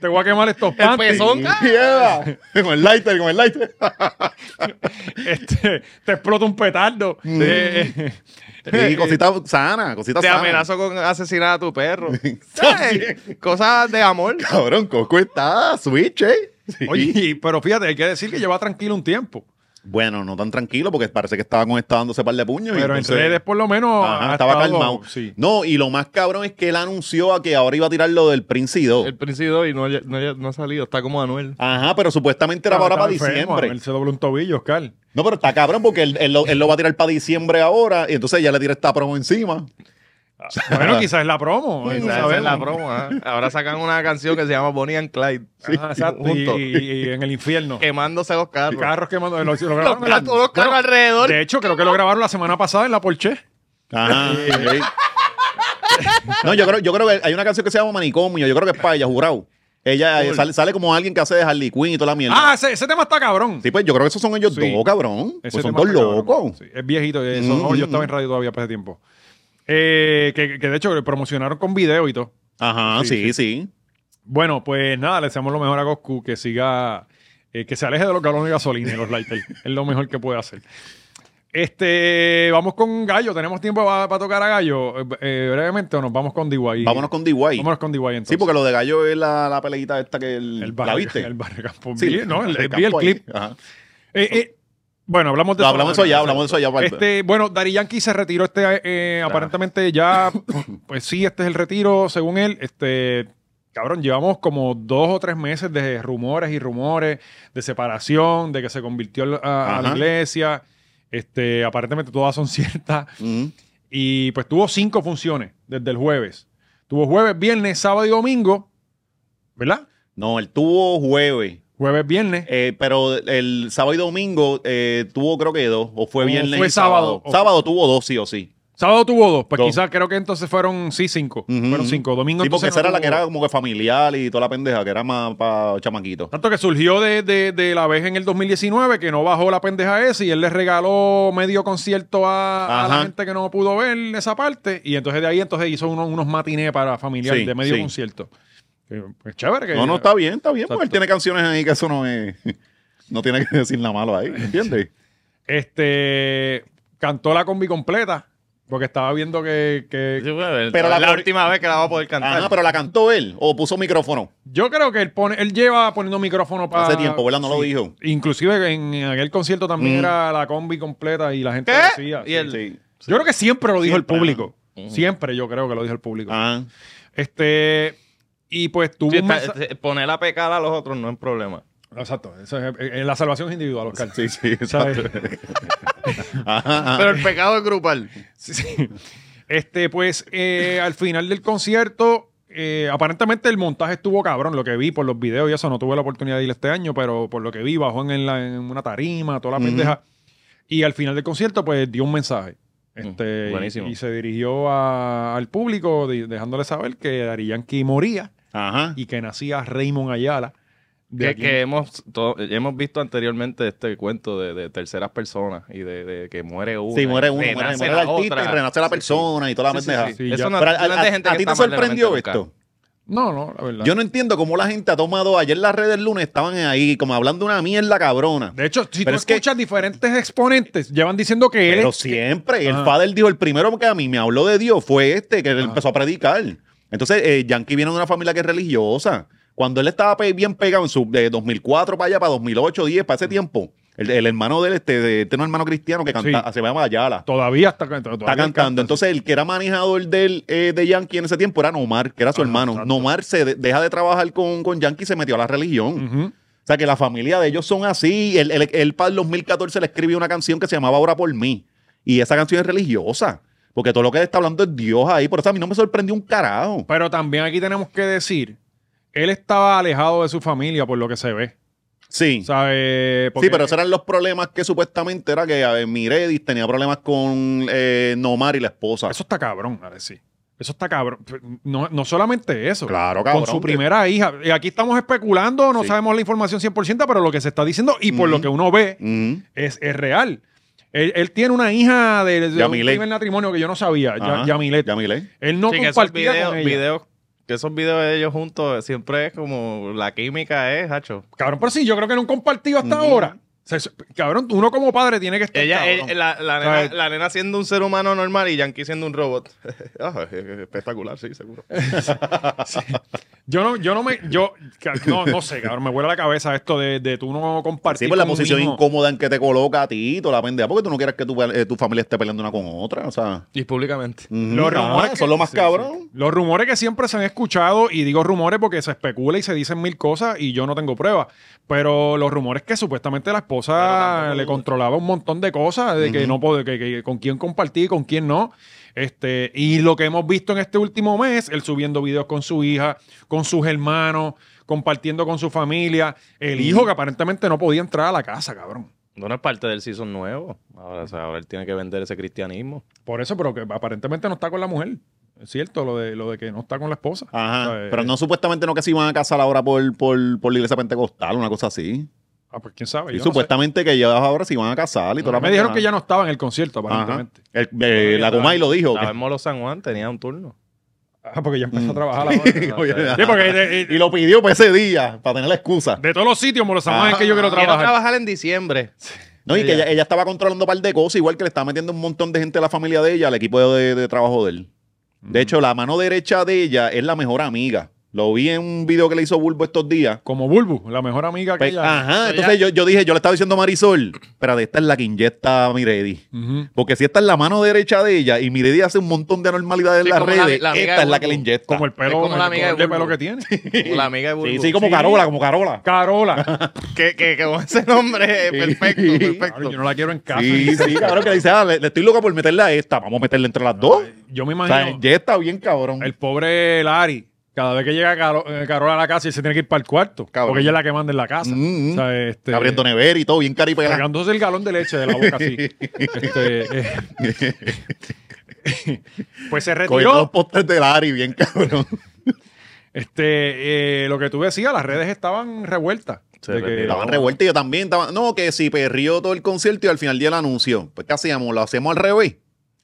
te voy a quemar estos panties. pezón. Yeah. Con el lighter, con el lighter. Este, te explota un petardo. Eh, eh, Y cosita sana, cosita Te sana. amenazo con asesinar a tu perro. ¿Sabes? Cosas de amor. Cabrón, Coco está switch, eh. Sí. Oye, y- pero fíjate, hay que decir que lleva tranquilo un tiempo. Bueno, no tan tranquilo porque parece que estaba con esta dándose par de puños. y Pero entonces- en redes, por lo menos. pues, Ajá, ha estaba estado- calmado. Sí. No, y lo más cabrón es que él anunció a que ahora iba a tirar lo del Prince y dos. El príncipe hoy no, haya- no, haya- no ha salido, está como Anuel. Ajá, pero supuestamente era Estaba- ahora para estaba enfermo, diciembre. Él se dobló un tobillo, Oscar. No, pero está cabrón porque él, él lo, él lo va a tirar para diciembre ahora y entonces ya le tira esta promo encima. Ah. Bueno, quizás es la promo. Esa- no esa es sabemos. la promo. ¿ah? Ahora sacan una canción que se llama Bonnie and Clyde. Ajá, exacto. Y, juntos. y- y en el infierno. Eh, Quemándose los carros. Carros quemando. Lo, lo Los, grabaron en la- carros- todos los carros alrededor. de hecho, creo que lo grabaron la semana pasada en la Porsche. Ajá. ok. No, yo creo, yo creo que hay una canción que se llama Manicomio. Yo creo que es para ella, jurado. Ella eh, sale, sale como alguien que hace de Harley Quinn y toda la mierda. Ah, ese, ese tema está cabrón. Sí, pues yo creo que esos son ellos Sí. dos, cabrón. Ese Pues son tema dos está cabrón. locos. Sí, es viejito. Eso, no, Mm, yo mm, estaba en mm. radio todavía para ese tiempo. Eh, que, que de hecho lo promocionaron con video y todo. Ajá, Sí, sí, sí. Bueno, pues nada, le deseamos lo mejor a Goku, que siga, eh, que se aleje de los galones de gasolina y los lighters. es lo mejor que puede hacer. Este, vamos con Gallo. ¿Tenemos tiempo para tocar a Gallo? Eh, eh, brevemente, o nos vamos con DIY. Vámonos con D.Y. Vámonos con DIY entonces. Sí, porque lo de Gallo es la, la peleita esta que el, el la barrio, viste. El barrio Campo. Sí, vi, no, el- vi el campo ahí. clip. Ajá. Eh, eh, bueno, hablamos de Lo hablamos eso ya, hablamos de eso ya. Walter. Este, bueno, Dari Yankee se retiró este eh, eh, Ah. aparentemente ya, pues sí, este es el retiro, según él. Este, cabrón, llevamos como dos o tres meses de rumores y rumores, de separación, de que se convirtió al- a, a la Ajá. iglesia. Este, aparentemente todas son ciertas. Ujú. Y pues tuvo cinco funciones desde el jueves. Tuvo jueves, viernes, sábado y domingo, ¿verdad? No, él tuvo jueves. Jueves, viernes. Eh, pero el sábado y domingo eh, tuvo creo que dos, o fue O viernes fue y sábado. sábado. Sábado tuvo dos, sí o sí. Sábado tuvo dos, pues Dos. quizás creo que entonces fueron, sí, cinco. Ujú, Fueron ujú. cinco. Domingo Sí, porque entonces esa no era la que tuvo- era como que familiar y toda la pendeja, que era más para chamaquito. Tanto que surgió de, de- de la vez en el 2019 que no bajó la pendeja esa y él le regaló medio concierto a, a la Ajá. gente que no pudo ver esa parte. Y entonces de ahí entonces hizo uno- unos matines para familiar Sí, de medio sí. concierto. Que, pues, chévere. Que, No, no, está bien, está bien, porque él Exacto. tiene canciones ahí que eso no es... No tiene que decir nada malo ahí, ¿entiendes? Este, cantó la combi completa porque estaba viendo que... que- pero la, la por- última vez que la va a poder cantar. Ajá, pero la cantó él o puso micrófono. yo creo que él, pone, él lleva poniendo micrófono para... Hace tiempo, ¿verdad? No lo dijo. Inclusive en aquel concierto también Mm. era la combi completa y la gente ¿Qué? decía... Y él- Sí. Yo creo que siempre lo dijo Siempre, Ah. el público. Ujú. Siempre yo creo que lo dijo el público. Ajá. Este. Y pues tuvo Sí, un está- mensa- eh, poner a pecar a los otros no es problema. Exacto. eso es- eh, la salvación es individual, Oscar. Sí, sí, ¿Sabes? exacto. Ajá, ajá. Pero el pecado es grupal. Sí, sí. Este, pues, eh, al final del concierto, eh, aparentemente el montaje estuvo cabrón. Lo que vi por los videos y eso, no tuve la oportunidad de ir este año, pero por lo que vi, bajó en, en la- en una tarima, toda la Ujú. pendeja. Y al final del concierto, pues, dio un mensaje. Este, Mm, buenísimo. Y, y se dirigió a- al público di- dejándole saber que Dari Yankee moría Ajá. y que nacía Raymond Ayala. de Que, aquí- que hemos, to- hemos visto anteriormente este cuento de, de terceras personas y de, de que muere uno. Sí, muere uno, muere, renace muere la el artista otra. y renace la Sí, sí. persona y toda la Sí, sí, pendeja. sí. Sí, ya. Eso no, Pero a, no es de a- gente a que ti te está mal de la mente sorprendió nunca. esto. No, no, la verdad. Yo no entiendo cómo la gente ha tomado. Ayer las redes del lunes estaban ahí como hablando una mierda cabrona. De hecho, si tú Pero es que- escuchas diferentes exponentes, llevan diciendo que él Pero es... siempre, el Ajá. Fader dijo, el primero que a mí me habló de Dios fue este, que él empezó a predicar. Entonces, eh, Yankee viene de una familia que es religiosa. Cuando él estaba pe- bien pegado en su, de 2004 para allá, para 2008, 10, para ese tiempo, el, el hermano de él, este, de, este no hermano cristiano que canta, Sí. se llama Ayala. todavía está, todavía Está cantando. Entonces, el que era manejador del, eh, de Yankee en ese tiempo era Nomar, que era su Ajá, hermano. exacto. Nomar se de- deja de trabajar con, con Yankee y se metió a la religión. Ujú. O sea, que la familia de ellos son así. Él, él, él para el 2014 le escribió una canción que se llamaba Ahora por mí. Y esa canción es religiosa. Porque todo lo que él está hablando es Dios ahí. Por eso a mí no me sorprendió un carajo. Pero también aquí tenemos que decir, él estaba alejado de su familia por lo que se ve. Sí. ¿Sabe? sí, Porque- pero esos eran los problemas que supuestamente era que a ver, Miredis tenía problemas con eh, Nomar y la esposa. Eso está cabrón, a decir. Eso está cabrón. No, no solamente eso. Claro, cabrón, Con su que- primera hija. Y aquí estamos especulando, no Sí. sabemos la información 100%, pero lo que se está diciendo y por Ujú. lo que uno ve, Ujú. es, es real. Él, él tiene una hija de, de un Yamilet. primer matrimonio que yo no sabía, Ya- Ajá. Yamilet. Yamilet. Él no Sí, que esos compartía videos, con ella. videos- que esos videos de ellos juntos siempre es como la química es, hacho. Cabrón, pero sí, yo creo que no han compartido hasta Ujú. ahora. O sea, cabrón, tú- uno como padre tiene que estar. Ella, cabrón. ella- la, la ¿Sabes? nena, la nena siendo un ser humano normal y Yankee siendo un robot. Ah, Espectacular, sí, seguro. Yo no, yo no me, yo ca- no, no sé, cabrón, me vuela la cabeza esto de, de tú no compartir. Sí, pues la con un posición hijo. incómoda en que te coloca a ti, toda la pendeja, porque tú no quieres que tu, eh, tu familia esté peleando una con otra, o sea. Y públicamente. ujú, Los ajá, rumores Eso es lo más sí, sí. cabrón. Los rumores que siempre se han escuchado, y digo rumores porque se especula y se dicen mil cosas y yo no tengo pruebas, pero los rumores que supuestamente la esposa le controlaba un montón de cosas, de que no puede, que, que con quién compartir, con quién no. Este, y lo que hemos visto en este último mes, él subiendo videos con su hija, con sus hermanos, compartiendo con su familia, el hijo que aparentemente no podía entrar a la casa, cabrón. No es parte del season nuevo. Ahora, o sea, ahora él tiene que vender ese cristianismo. Por eso, pero que aparentemente no está con la mujer. Es cierto, lo de, lo de que no está con la esposa. Ajá. O sea, pero eh, no supuestamente no que se iban a casar ahora por, por, por la iglesia pentecostal, una cosa así. Ah, pues quién sabe. Y yo no supuestamente que ellos ahora se iban a casar y sé. toda la me dijeron pendeja. que ya no estaba en el concierto, Ajá. aparentemente. El- eh, la Gomay lo dijo. Estaba que- en Molo San Juan, tenía un turno. Ah, porque ya empezó Mm. a trabajar la hora. Ajá. Oye, Sí, porque de, y lo pidió para ese día, para tener la excusa. de todos los sitios, Molo San Juan, es que Ah. yo quiero Quiero trabajar. trabajar en diciembre. No, y que Ella. ella, ella estaba controlando un par de cosas, igual que le estaba metiendo un montón de gente de la familia de ella al equipo de, de trabajo de él. De hecho, la mano derecha de ella es la mejor amiga. Lo vi en un video que le hizo Bulbo estos días. Como Bulbu, la mejor amiga que Pe- ella. Ajá, Ella- entonces yo, yo dije, yo le estaba diciendo a Marisol, pero esta es la que inyecta a Miredi. Ujú. Porque si esta es la mano derecha de ella y Miredi hace un montón de anormalidades en Sí, las como la- redes, la amiga esta es de la que le Bulbo. inyecta. Como el pelo, Es como la amiga de el color de Bulbo. pelo que tiene. Como la amiga de Burbu. Sí, sí, como Sí. Carola, como Carola. Carola. Que, que, este que con ese nombre es perfecto, Cabrón, perfecto. yo no la quiero en casa. Sí, sí, cabrón, que le dice, ah, le, le estoy loca por meterle a esta, vamos a meterle entre las dos. Yo me O sea, imagino ya está bien, cabrón. el pobre Lari. Cada vez que llega Caro- eh, Carola a la casa, él se tiene que ir para el cuarto. Cabrón. Porque ella es la que manda en la casa. Mm, mm. O sea, este, Abriendo nevera y todo, bien cari pegada. Sacándose el galón de leche de la boca así. Este, eh, pues se Cogiendo los retiró. postres de Larry, bien cabrón. Este, eh, lo que tú decías, las redes estaban revueltas. Se De que- retiraron. Estaban revueltos y yo también. Estaba, no, que si perrió todo el concierto y al final del anuncio. Pues, ¿qué hacíamos? ¿Lo hacemos al revés?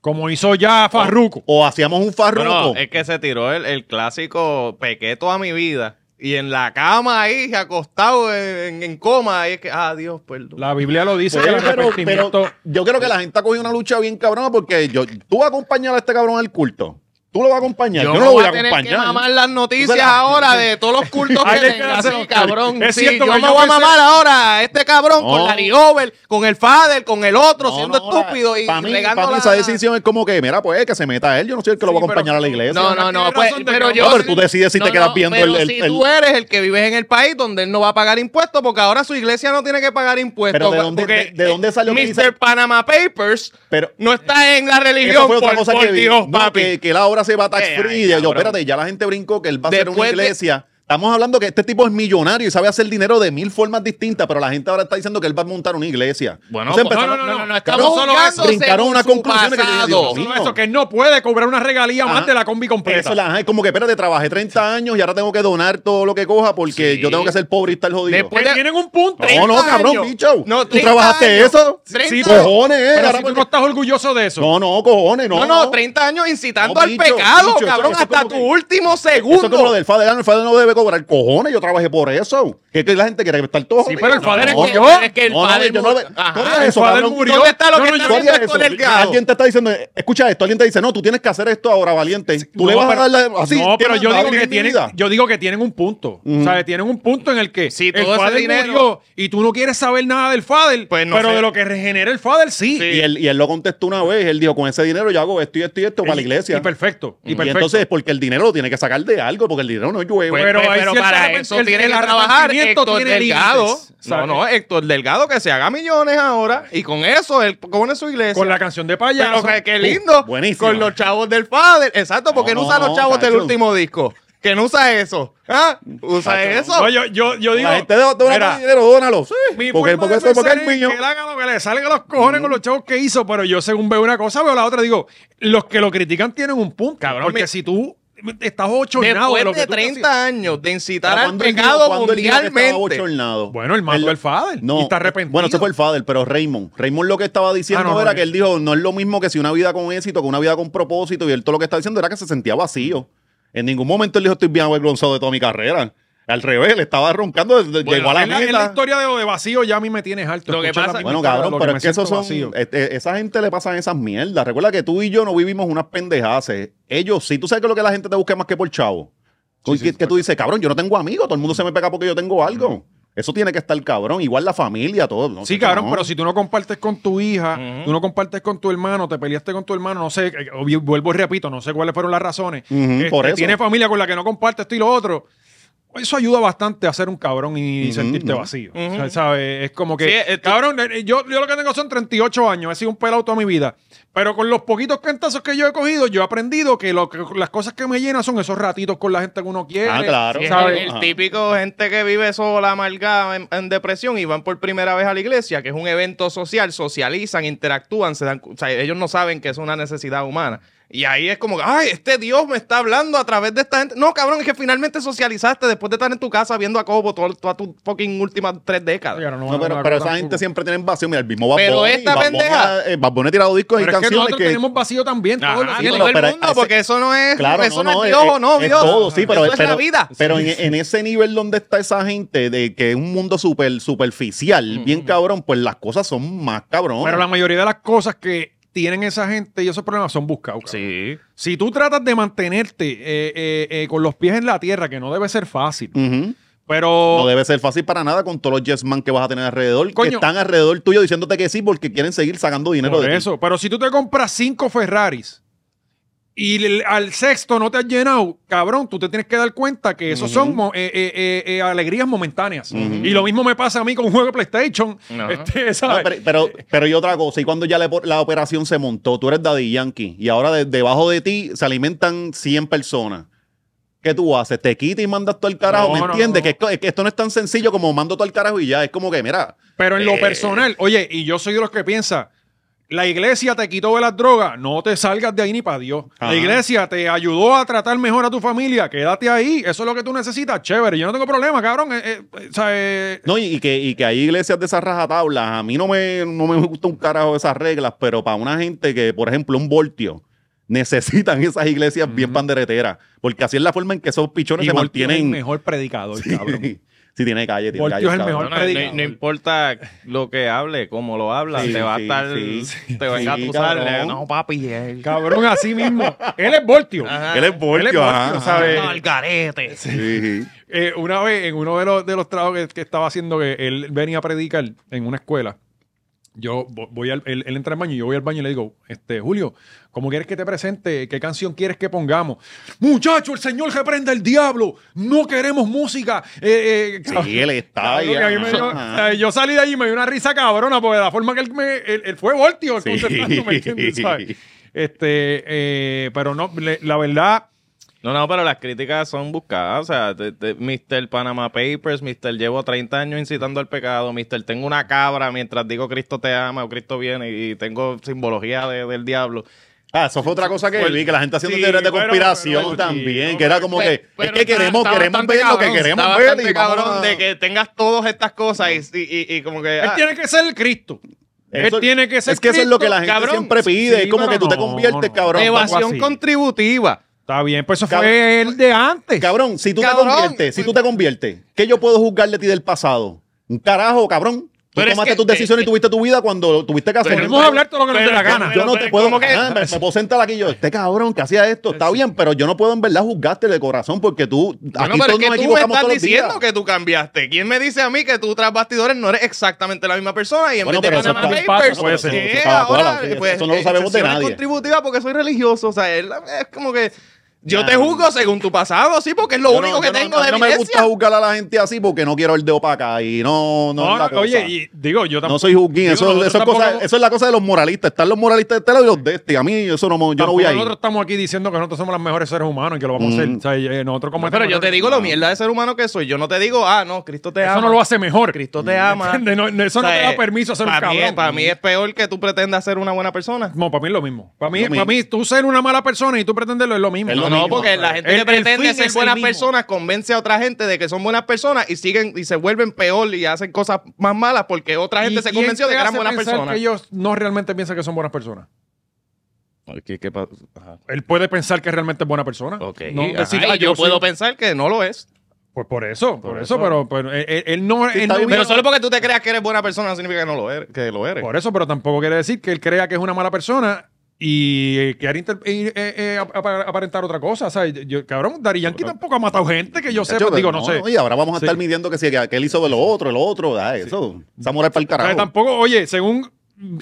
como hizo ya Farruko. ¿O hacíamos un farruco? Bueno, es que se tiró el, el clásico pequé toda mi vida. Y en la cama ahí, acostado en, en coma, ahí es que, ah, Dios, perdón. La Biblia lo dice Pues, que el pero, arrepentimiento. pero yo creo que la gente ha cogido una lucha bien cabrona porque yo, tú vas a acompañar a este cabrón al culto. Tú lo vas a acompañar. Yo, no lo voy a tener que mamar acompañar. las Tú noticias se la- ahora de todos los cultos Hay que que tenga, hacerlo, sí, Oscar. cabrón. Es Sí, cierto yo que me yo voy a pensé- mamar ahora a este cabrón No. con Larry Over, con el Fader, con el otro, No, siendo no, la- estúpido y pa' mí, regando pa' mí la- esa decisión es como que, mira, pues que se meta él. Yo no soy el que lo Sí, va a acompañar pero- a la iglesia. No, no, no, Tiene pues, razón de pero que yo... no, pero tú decides si te quedas viendo pero el- el- si el- tú eres el que vives en el país donde él no va a pagar impuestos, porque ahora su iglesia no tiene que pagar impuestos. Pero ¿de dónde- porque de- de dónde salió que dice- Mr. Panama Papers Pero no está en la Eso religión fue otra por, cosa por que vi. Dios, No, papi. que, que él ahora se va a tax Eh, free. ay, Y yo, cabrón. espérate, ya la gente brincó que él va a ser una Después de- iglesia. Estamos hablando que este tipo es millonario y sabe hacer dinero de mil formas distintas, pero la gente ahora está diciendo que él va a montar una iglesia. Bueno, Entonces pues, empezaron- no, no, no, no, Cabrón, estamos juzgando brincaron según unas su conclusiones que yo digo, pasado. Dios mío. Solo eso, que él no puede cobrar una regalía Ajá. más de la combi completa. Eso es, la- es como que, espérate, trabajé 30 años y ahora tengo que donar todo lo que coja porque Sí. yo tengo que ser pobre y estar jodido. Después- Que tienen un punto. no, no, 30 cabrón, años. bicho. No, ¿Tú 30 trabajaste años. eso? 30 Sí, pero- Cojones, eh. Pero ahora si tú no porque- estás orgulloso de eso. no, no, cojones, no. No, no, 30 años incitando No, al bicho, pecado, bicho, eso cabrón, es hasta como tu que- último Eso es como lo segundo. del Fader. El Fader no debe cobrar cojones. Yo trabajé por eso. Que, que la gente quiere estar todo. Sí, jodido. pero el Fader No, es que no, es que el no, no, Fader yo no murió. lo- Ajá, no hagas el eso, Fader cabrón. murió. ¿Dónde está lo No, que no, está Tú yo- harías haciendo con eso. el gado? Alguien te está diciendo, escucha esto, alguien te dice, no, tú tienes que hacer esto ahora, valiente. Tú le No, vas pero- a darle así. no, pero tienes yo la digo, que tienen, dignidad. yo digo que tienen un punto. Ujú. O sea, tienen un punto en el que Sí, el todo ese Fader dinero- murió y tú no quieres saber nada del Fader, Pues no pero sé. de lo que regenera el Fader, sí. Sí. Y él, y él lo contestó una vez, él dijo, con ese dinero yo hago esto y esto y esto para la iglesia. Y perfecto. Y, Y perfecto. entonces, porque el dinero lo tiene que sacar de algo, porque el dinero no llueve. Pues, Pero pues, hay pero cierto para arrepent- eso el- tiene el que trabajar arrepentimiento Héctor tiene Delgado. límites, no, ¿sabes? no, eh. Héctor Delgado que se haga millones ahora y con eso, él pone su iglesia. Con la canción de payaso. Pero que, que lindo. Uh, buenísimo. Con los chavos del Fader. Exacto, porque No, no, usa no, los chavos del chacho. último disco. Que no usa eso. ¿Ah? Usa Chacho, eso. No, yo, yo, yo digo. la gente dona mira, dinero, dónalo. Sí, mi porque forma porque de eso es porque pensar el es niño. Que él haga lo que le salga a los cojones con los chavos que hizo, pero yo según veo una cosa, veo la otra. Digo, los que lo critican tienen un punto. Cabrón, porque mi- si tú estás ochornado Después de lo que de tú estás 30 años de incitar Pero al ¿cuándo él dijo- pecado cuándo él dijo que estaba mundialmente. bochornado? Bueno, el Él mando lo- del Fader. No, y está eh, arrepentido. Bueno, eso fue el Fader, pero Raymond. Raymond lo que estaba diciendo Ah, no, no, era no. que él dijo, no es lo mismo que si una vida con éxito, que una vida con propósito, y él todo lo que está diciendo era que se sentía vacío. En ningún momento él dijo, estoy bien avergonzado de toda mi carrera. Al revés, le estaba roncando, desde- Bueno, llegó a la Es la, es la meta. historia de, de vacío, ya a mí me tienes harto. Lo que Escuchar pasa- la misma Bueno, historia de cabrón, lo pero me es que esos siento son. vacío. este, esa gente le pasan esas mierdas. Recuerda que tú y yo no vivimos unas pendejadas. Ellos sí, tú sabes que lo que la gente te busca es más que por chavo. Tú- que, que tú dices, cabrón, yo no tengo amigos, todo el mundo se me pega porque yo tengo algo. Eso tiene que estar cabrón. Igual la familia, todo. No Sí, sé, cabrón, no. pero si tú no compartes con tu hija, Ujú. tú no compartes con tu hermano, te peleaste con tu hermano, no sé, eh, obvi- vuelvo y repito, no sé cuáles fueron las razones. Ujú, Este, por eso. Tiene familia con la que no comparte esto y lo otro. pues Eso ayuda bastante a ser un cabrón y Ujú, sentirte ujú. vacío. Ujú. O sea, ¿sabes? Es como que, Sí, eh, tú- cabrón, eh, yo, yo lo que tengo son 38 años, he sido un pelado toda mi vida, Pero con los poquitos cantazos que yo he cogido, yo he aprendido que, lo que- las cosas que me llenan son esos ratitos con la gente que uno quiere. Ah, claro. Sí, es ¿sabes? el, el Ajá. típico gente que vive sola, amargada, en, en depresión y van por primera vez a la iglesia, que es un evento social, socializan, interactúan, se dan, cu- o sea, ellos no saben que es una necesidad humana. Y ahí es como, ay, este Dios me está hablando a través de esta gente. No, cabrón, es que finalmente socializaste después de estar en tu casa viendo a Cobo todo- toda tu fucking últimas tres décadas. Y ahora no van No, a pero, hablar pero con esa tampoco. gente siempre tiene vacío. Mira, el mismo Bad Pero Bunny, esta Bad Bunny pendeja- ha- eh, Bad Bunny ha tirado discos Pero y es que canciones nosotros que... tenemos vacío también. Ajá, todos los que días. Ah, no, todo el pero mundo, ese- porque eso no es, Claro, eso no, no, eh, es Dios o no, es Dios. todo, sí, pero, eso es pero- la vida. pero en, en ese nivel donde está esa gente, de que es un mundo super, superficial, bien cabrón, pues las cosas son más cabrón. Mm. Pero la mayoría de las cosas que tienen esa gente y esos problemas son buscados. cabrón. Sí. Si tú tratas de mantenerte eh, eh, eh, con los pies en la tierra, que no debe ser fácil, Ujú. pero No debe ser fácil para nada con todos los yes man que vas a tener alrededor, Oh. Coño. que están alrededor tuyo diciéndote que sí porque quieren seguir sacando dinero por de ti. eso. Pero si tú te compras cinco Ferraris y le- al sexto no te has llenado, cabrón, tú te tienes que dar cuenta que eso son mo- eh, eh, eh, eh, alegrías momentáneas. Ujú. Y lo mismo me pasa a mí con un juego de PlayStation. Ajá. Este, No, ¿sabes? pero, pero, pero y otra cosa, y cuando ya le- la operación se montó, tú eres Daddy Yankee y ahora de- debajo de ti se alimentan 100 personas. ¿Qué tú haces? Te quitas y mandas todo el carajo, No, ¿me no, entiendes? no. Que esto- es Que, esto no es tan sencillo como mando todo el carajo y ya. Es como que, mira, Pero en lo Eh. personal, oye, y yo soy de los que piensa, la iglesia te quitó de las drogas, no te salgas de ahí ni para Dios. Ajá. La iglesia te ayudó a tratar mejor a tu familia, quédate ahí, eso es lo que tú necesitas, chévere, yo no tengo problema, cabrón. eh, eh, eh, o sea, eh, no, y, y que, y que hay iglesias de esas rajatablas. A mí no me, no me gusta un carajo esas reglas, pero para una gente que, por ejemplo, un voltio, necesitan esas iglesias bien pandereteras, porque así es la forma en que esos pichones y se Voltio es el mantienen. mejor predicador, cabrón. si tiene calle, tiene Voltio calle, es el cabrón. mejor No, no, predicador. no- no importa lo que hable, cómo lo habla, Sí, te va sí, a estar, sí. te va a Sí, engatusar. cabrón. no, papi, él. Cabrón, así mismo. Él es Voltio. Ajá. Ah, Él es Él es voltio, ajá, Voltio, ajá. ¿sabes? No, al garete. Sí. Eh, una vez, en uno de los, de los trabajos que, que estaba haciendo, que él venía a predicar en una escuela, yo vo- voy al, él, él entra al baño, yo voy al baño y le digo, este, Julio, ¿cómo quieres que te presente? ¿Qué canción quieres que pongamos? Muchacho, el Señor reprenda al diablo. No queremos música. Eh, eh, Sí, él está Claro ahí. Ah, que a mí me dio- o sea, yo salí de allí y me dio una risa cabrona porque de la forma que él, me, él, él fue voltio Sí. contestándome, ¿entiendes? ¿Sabes? Este, eh, pero no, le- la verdad, No, no, pero las críticas son buscadas. O sea, de- de Mr. Panama Papers, Mr. Llevo 30 años incitando al pecado, Mr. Tengo una cabra mientras digo Cristo te ama o Cristo viene y tengo simbología de- del diablo. Ah, eso fue otra cosa que Pues, vi, que la gente haciendo sí, teorías de bueno, conspiración pero- también, sí, que era como pero- que, pero es que está- queremos, está queremos bastante ver lo que cabrón, queremos Está ver. y bastante vamos cabrón a- de que tengas todas estas cosas y, y- y- y como que... él ah, tiene que ser el Cristo. Eso- él tiene que ser Es que eso es lo que la gente Cristo, cabrón. siempre pide, Sí, es como pero que tú te no, conviertes, no. cabrón. evasión así. contributiva. Está bien, pues eso Cabrón. fue el de antes. Cabrón, si tú Cabrón. te conviertes, si tú te conviertes, ¿qué yo puedo juzgar de ti del pasado? Un carajo, cabrón. Tú Pero es tomaste que- tus decisiones y tuviste tu vida cuando tuviste que hacer. Podemos hablar todo lo que nos dé la pero- gana. yo no pero- te puedo. ¿cómo que- ajá, me, me puedo sentar aquí yo. Este cabrón que hacía esto está bien, pero yo no puedo en verdad juzgarte de corazón porque tú. Bueno, Aquí todos pero es nos que tú me equivocamos estás todos los días. diciendo que tú cambiaste. ¿Quién me dice a mí que tú tras bastidores no eres exactamente la misma persona? Y en Bueno, vez de pero eso Panama está- Papers, puede ser. ¿qué? Eso está Ahora, claro, sí, pues, eso no lo sabemos de excepciones nadie. contributiva porque soy religioso. O sea, es, la- es como que yo Ya, te no. juzgo según tu pasado, sí, porque es lo Yo no- único que yo no- tengo a mí de no me gusta evidencia. juzgar a la gente así porque no quiero el dedo para acá y no, no, No, es la no, cosa. oye, y digo, yo tampoco. no soy juzguín, digo, eso, nosotros eso es cosa- tampoco- eso es la cosa de los moralistas. Están los moralistas de tela y los de este. A mí eso no, me- yo no voy tampoco ahí. Nosotros estamos aquí diciendo que nosotros somos los mejores seres humanos y que lo vamos a hacer. Mm. O sea, eh, nosotros como Pero yo te digo lo mierda de ser humano que soy. Yo no te digo, ah, no, Cristo te ama. Eso no lo hace mejor. Cristo te ama. ¿Entiendes? No, no, eso O no sea, te eh, da permiso a ser un para mí es- cabrón. Para mí es peor que tú pretendas ser una buena persona. No, para mí es lo mismo. Para mí, Lo mismo. para mí, tú ser una mala persona y tú pretenderlo es lo mismo. Es lo No, No, no, mismo, porque la gente El- que el pretende fin ser es el buenas mismo. personas convence a otra gente de que son buenas personas y siguen y se vuelven peor y hacen cosas más malas porque otra gente ¿Y se quién convenció de te que eran hace buenas pensar personas. que ellos no realmente piensan que son buenas personas. ¿Qué- qué pa- ajá. Él puede pensar que realmente es buena persona. Ok. No Ajá, decir, y ah, yo, yo puedo sí. pensar que no lo es. Pues por eso, por, eso, pero, pero él, él- él no. él está no bien, hubiera- Pero solo porque tú te creas que eres buena persona no significa que no lo eres. Que lo eres. Por eso, pero tampoco quiere decir que él crea que es una mala persona y eh, querer inter- eh, eh, eh, ap- ap- aparentar otra cosa. O sea, yo- cabrón, Dari Yankee tampoco ha matado gente que yo Chacho, sepa. Digo, no, sé. Y ahora vamos a Sí. estar midiendo que, si, que él hizo de lo otro, de lo otro. ah, eso. Esa moral para el O sea, carajo. tampoco, oye, según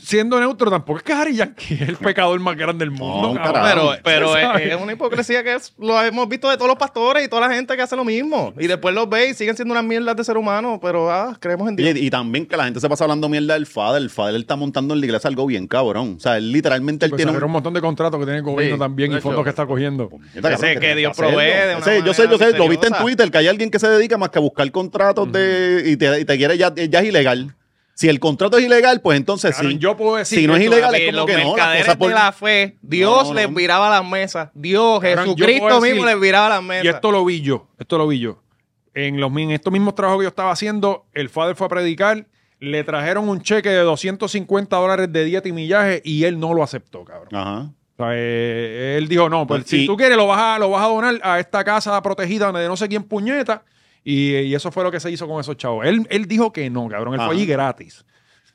siendo neutro, tampoco es que Harry Yankee es el pecador más grande del mundo. No, cabrón. carajo. Pero, pero ¿Sabes? es, es una hipocresía que es- lo hemos visto de todos los pastores y toda la gente que hace lo mismo. Y después los ve y siguen siendo unas mierdas de ser humano, pero ah, creemos en Dios. Oye, y también que la gente se pasa hablando mierda del Fader. El Fader está montando en la iglesia algo bien cabrón. O sea, él literalmente él Pues tiene sacaron un... un montón de contratos que tiene el gobierno Sí, también y de hecho. fondos que está cogiendo. Mierda, cabrón, Ese que tiene Dios hacerlo. provee de una Ese, yo sé, yo sé, manera lo viste en misteriosa. Twitter, que hay alguien que se dedica más que a buscar contratos de, y, te, y te quiere ya, ya es ilegal. Si el contrato es ilegal, pues entonces Cabrón, sí. yo puedo decir si no es esto, ilegal, es Papi, como los que no. La mercaderes cosa por... de la fe, Dios No, no, les no. viraba las mesas. Dios, Cabrón, yo Jesucristo puedo decir- mismo les viraba las mesas. Y esto lo vi yo, esto lo vi yo. En, los, mi- en estos mismos trabajos que yo estaba haciendo, el father fue a predicar, le trajeron un cheque de 250 dólares de dieta y millaje y él no lo aceptó, cabrón. Ajá. O sea, eh, él dijo, no, pues Pues, si y- tú quieres lo vas, a, lo vas a donar a esta casa protegida de no sé quién puñeta. Y, y eso fue lo que se hizo con esos chavos. Él, él dijo que no, cabrón, él Ajá. fue allí gratis.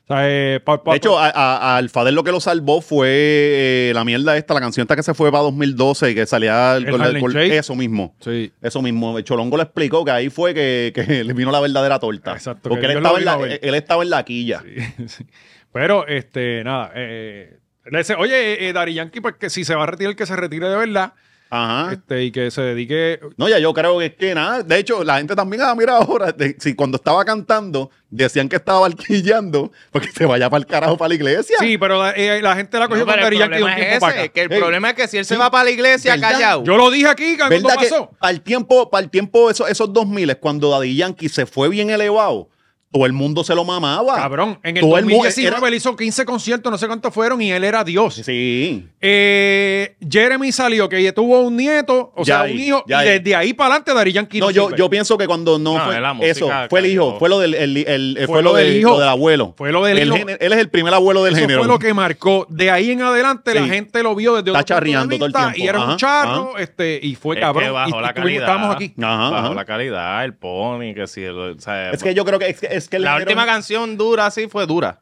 O sea, eh, pa- pa- De hecho, a, a- al Fader lo que lo salvó fue eh, la mierda esta, la canción esta que se fue para 2012 y que salía El con la- Harlem con- Shake. eso mismo. sí. Eso mismo, Cholongo le explicó que ahí fue que, que le vino la verdadera torta. Exacto, Porque que él Dios lo estaba, en la, vino a ver. él estaba en la quilla. Sí, sí. Pero, este, nada. eh, le dice, oye, eh, Dari Yankee, pues que si se va a retirar, que se retire de verdad. Ajá. Este, y que se dedique. No, ya yo creo que es que nada. De hecho, la gente también, ah, mira ahora, de- si cuando estaba cantando, decían que estaba alquillando, porque se vaya para el carajo para la iglesia. Sí, pero la, eh, la gente la No, cogió pero con Dari el Yankee de un problema es tiempo para ese, acá. que el Ey. problema es que si él se Sí. va para la iglesia ¿Verdad? callado. Yo lo dije aquí cuando ¿Verdad que pasó. al tiempo, para el tiempo, eso, esos 2000 cuando Daddy Yankee se fue bien elevado, todo el mundo se lo mamaba. Cabrón, en el Ah. Todo el mu- eh, 2019 era- él hizo 15 conciertos, no sé cuántos fueron, y él era Dios. Sí. Eh, Jeremy salió que ya tuvo un nieto, o Ya sea, ahí, un hijo, ya y ahí. desde ahí para adelante Dari Yankee No, yo, sirve. yo pienso que cuando no, No, fue la música eso, fue el hijo, cayó. fue lo del, el- el- eh, Fue fue lo lo del del, hijo. lo del abuelo. Fue lo del El hijo. gene- él es el primer abuelo del Eso género. fue lo que marcó. De ahí en adelante la Sí. gente lo vio desde Está otro punto de charreando todo el vista, tiempo. Y era un Ajá, Mm. charro, este, y fue Es que cabrón. bajó y la estuvimos- calidad. Estábamos aquí. Ajá, Bajo ajá. la calidad, el pony, que si... el- o sea, Es que yo creo que es que, es que el la género- última canción dura sí fue dura.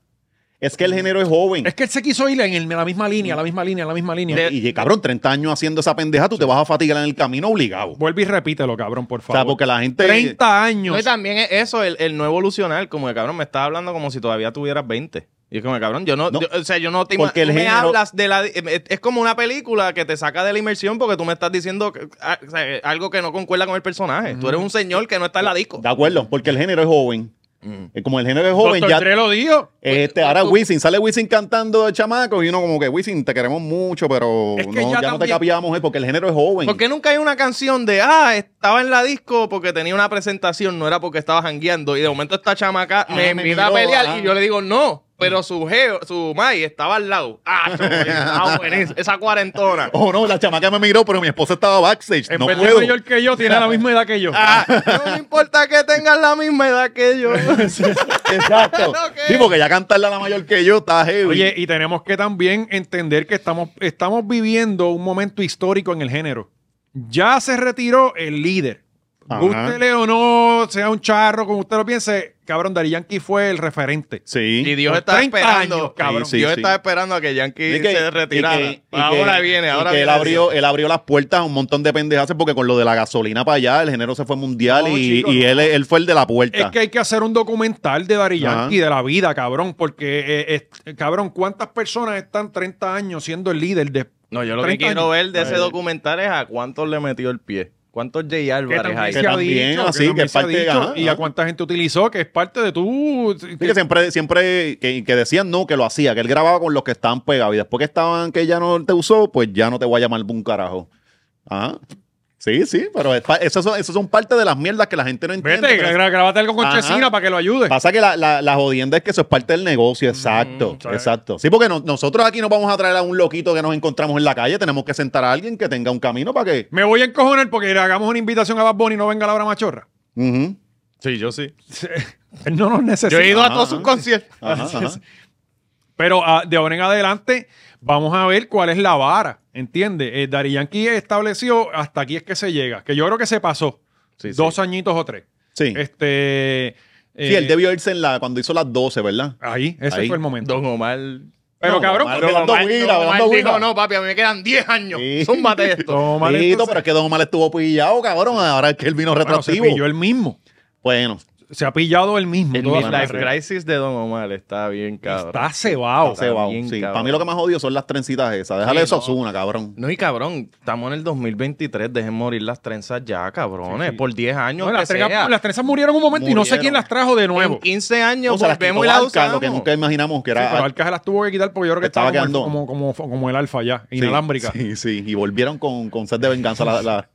es que el género es joven. Es que él se quiso ir en el- la misma línea, la misma línea, la misma línea. De- Y, y, cabrón, 30 años haciendo esa pendeja, tú te vas a fatigar en el camino obligado. Vuelve y repítelo, cabrón, por O favor. sea, porque la gente. 30 No, y años. también es eso, el, el no evolucionar, como que cabrón, me estás hablando como si todavía tuvieras 20. Y es como, cabrón, yo no, No. yo- o sea, yo no te Porque imagino. el me género- hablas de la. eh, Es es como una película que te saca de la inmersión porque tú me estás diciendo que- a- o sea, eh, algo que no concuerda con el personaje. Tú eres un señor que no está en la disco. De acuerdo, porque el género es joven. Mm. Eh, Como el género es joven, Doctor ya. Dre lo dijo. Este, ahora Wisin, sale Wisin cantando de chamaco y uno como que Wisin, te queremos mucho, pero Es que no, ya ya, no te también- capiamos, eh, porque el género es joven. ¿Por qué nunca hay una canción de, ah, estaba en la disco porque tenía una presentación, no era porque estaba jangueando? Y de momento esta chamaca Ah, me me mira a miró, pelear ah. Mm. y yo le digo, no, pero su geo, su mai estaba al lado. Ah, chavo, ah, buenísimo, esa cuarentona. Oh no, la chamaca me miró, pero mi esposa estaba backstage. En no vez de puedo. mayor que yo, tiene la misma edad que yo. Ah, no me importa que tengas la misma edad que yo. Exacto. No, ¿qué? Sí, porque ya cantarla la mayor que yo está heavy. Oye, y tenemos que también entender que estamos, estamos viviendo un momento histórico en el género. Ya se retiró el líder. Ajá. Gústele o no, sea un charro, como usted lo piense, cabrón, Dari Yankee fue el referente. sí. Y Dios Por está 30 esperando, años, cabrón. Sí, sí, Dios sí. está esperando a que Yankee Y que- se retirara. y que- y ahora que- viene, y ahora que viene. Él abrió, él abrió las puertas a un montón de pendejas porque con lo de la gasolina para allá, el género se fue mundial No, y, chico, y no. él, él fue el de la puerta. Es que hay que hacer un documental de Dari Ajá. Yankee, de la vida, cabrón, porque, eh, eh, eh, cabrón, ¿cuántas personas están 30 años siendo el líder de... No, yo lo que 30 quiero ver de años. ese documental es a cuántos le metió el pie. ¿Cuántos J. Álvarez también hay? se ha también, dicho, así, que también es se ha parte de- dicho, ajá, y a ajá. cuánta gente utilizó, que es parte de tu... Sí, que siempre, siempre que, que decían no, que lo hacía, que él grababa con los que estaban pegados y después que estaban que ya no te usó, pues ya no te voy a llamar un carajo. Ajá. Sí, sí, pero es pa- esas son, esas son parte de las mierdas que la gente no entiende. Vete, pero es- gra- grabate algo con pues. Ajá. Chesina para que lo ayude. Pasa que la, la, la jodienda es que eso es parte del negocio, exacto, sí. exacto. Sí, porque no- nosotros aquí no vamos a traer a un loquito que nos encontramos en la calle, tenemos que sentar a alguien que tenga un camino para que... Me voy a encojonar porque le hagamos una invitación a Bad Bunny y no venga Laura Machorra. Ujú, Sí, yo sí. Él no nos necesita. Yo he ido a Ajá, todos sus ajá. conciertos. ajá, ajá. Pero ah, de ahora en adelante vamos a ver cuál es la vara, ¿entiendes? Eh, Dari Yankee estableció hasta aquí es que se llega, que yo creo que se pasó. Sí, sí. dos añitos o tres. Sí. Este, sí, eh, él debió irse en la, cuando hizo las 12, ¿verdad? Ahí, ese Ahí. fue el momento. Don Omar. Pero No, cabrón, Omar, pero- Don Omar, Don Omar dijo, no, papi, a mí me quedan 10 años. Sí. Zúmbate esto. Don Omar, Sí, entonces- pero es que Don Omar estuvo pillado, cabrón. Ahora es que él vino bueno, se retroactivo. pilló él mismo. Bueno, Se ha pillado él mismo. El toda su Midlife carrera. Crisis de Don Omar está bien, cabrón. Está cebado. Está Se va, bien, sí. cabrón. Para mí lo que más odio son las trencitas esas. Déjale Sí, eso a no. Ozuna, cabrón. No, y cabrón, estamos en el 2023, dejen morir las trenzas ya, cabrones, Sí, sí. por 10 años. No, que las, sea. trenzas, las trenzas murieron un momento y no sé Murieron. quién las trajo de nuevo. en 15 años O sea, las volvemos quitó y las Arca, lo que usamos. nunca imaginamos que Sí, pero era. Arcángel las tuvo que quitar porque yo creo que Estaba estaba, como el- quedando- como, como, como, el alfa ya, Sí, inalámbrica. Sí, sí. Y volvieron con, con sed de venganza. la, la-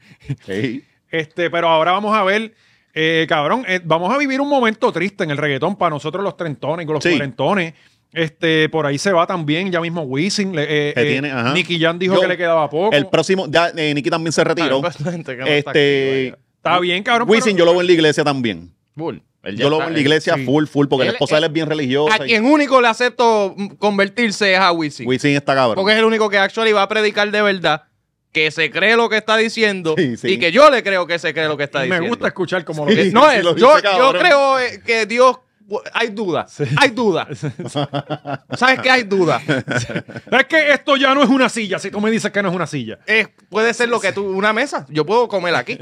Ey. Este, pero ahora vamos a ver, eh, cabrón, eh, vamos a vivir un momento triste en el reggaetón para nosotros los trentones y los Sí. cuarentones. Este, por ahí se va también, ya mismo Wisin. le- eh, Que eh, tiene, ajá. Nicky Jan dijo Yo- que le quedaba poco. El próximo. Ya, eh, Nicky también se retiró. Bastante Ah, pues, gente que no está Este. activa Está bien, cabrón. Wisin, pero- yo lo veo en la iglesia también. ya. Bull, él ya Yo lo está- veo en la iglesia sí. full, full, porque Él- la esposa de él es bien A religiosa. y quien único le acepto mm, convertirse es a Wisin. Wisin está cabrón. Porque es el único que actually va a predicar de verdad, que se cree lo que está diciendo Sí, sí. y que yo le creo que se cree lo que está me diciendo. gusta escuchar como lo Sí. que Eh, No, si es- lo yo, dice, yo cabrón. creo eh, que Dios. Hay dudas, hay dudas. ¿Sabes qué? Hay dudas. Es que esto ya no es una silla, si tú me dices que no es una silla. Eh, puede ser lo que tú, una mesa. Yo puedo comer aquí.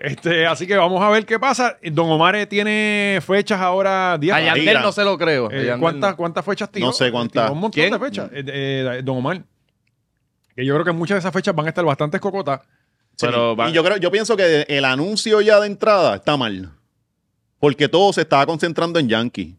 Este, así que vamos a ver qué pasa. Don Omar eh, tiene fechas ahora 10 A Yandel Mira. no se lo creo. Eh, A Yandel ¿cuántas, no. ¿Cuántas fechas tiró? No sé cuántas. Tiró un montón ¿Quién? de fechas. Eh, eh, don Omar. Que yo creo que muchas de esas fechas van a estar bastante cocotas. Sí. Pero va- Y yo creo, yo pienso que el anuncio ya de entrada está mal. Porque todo se estaba concentrando en Yankee.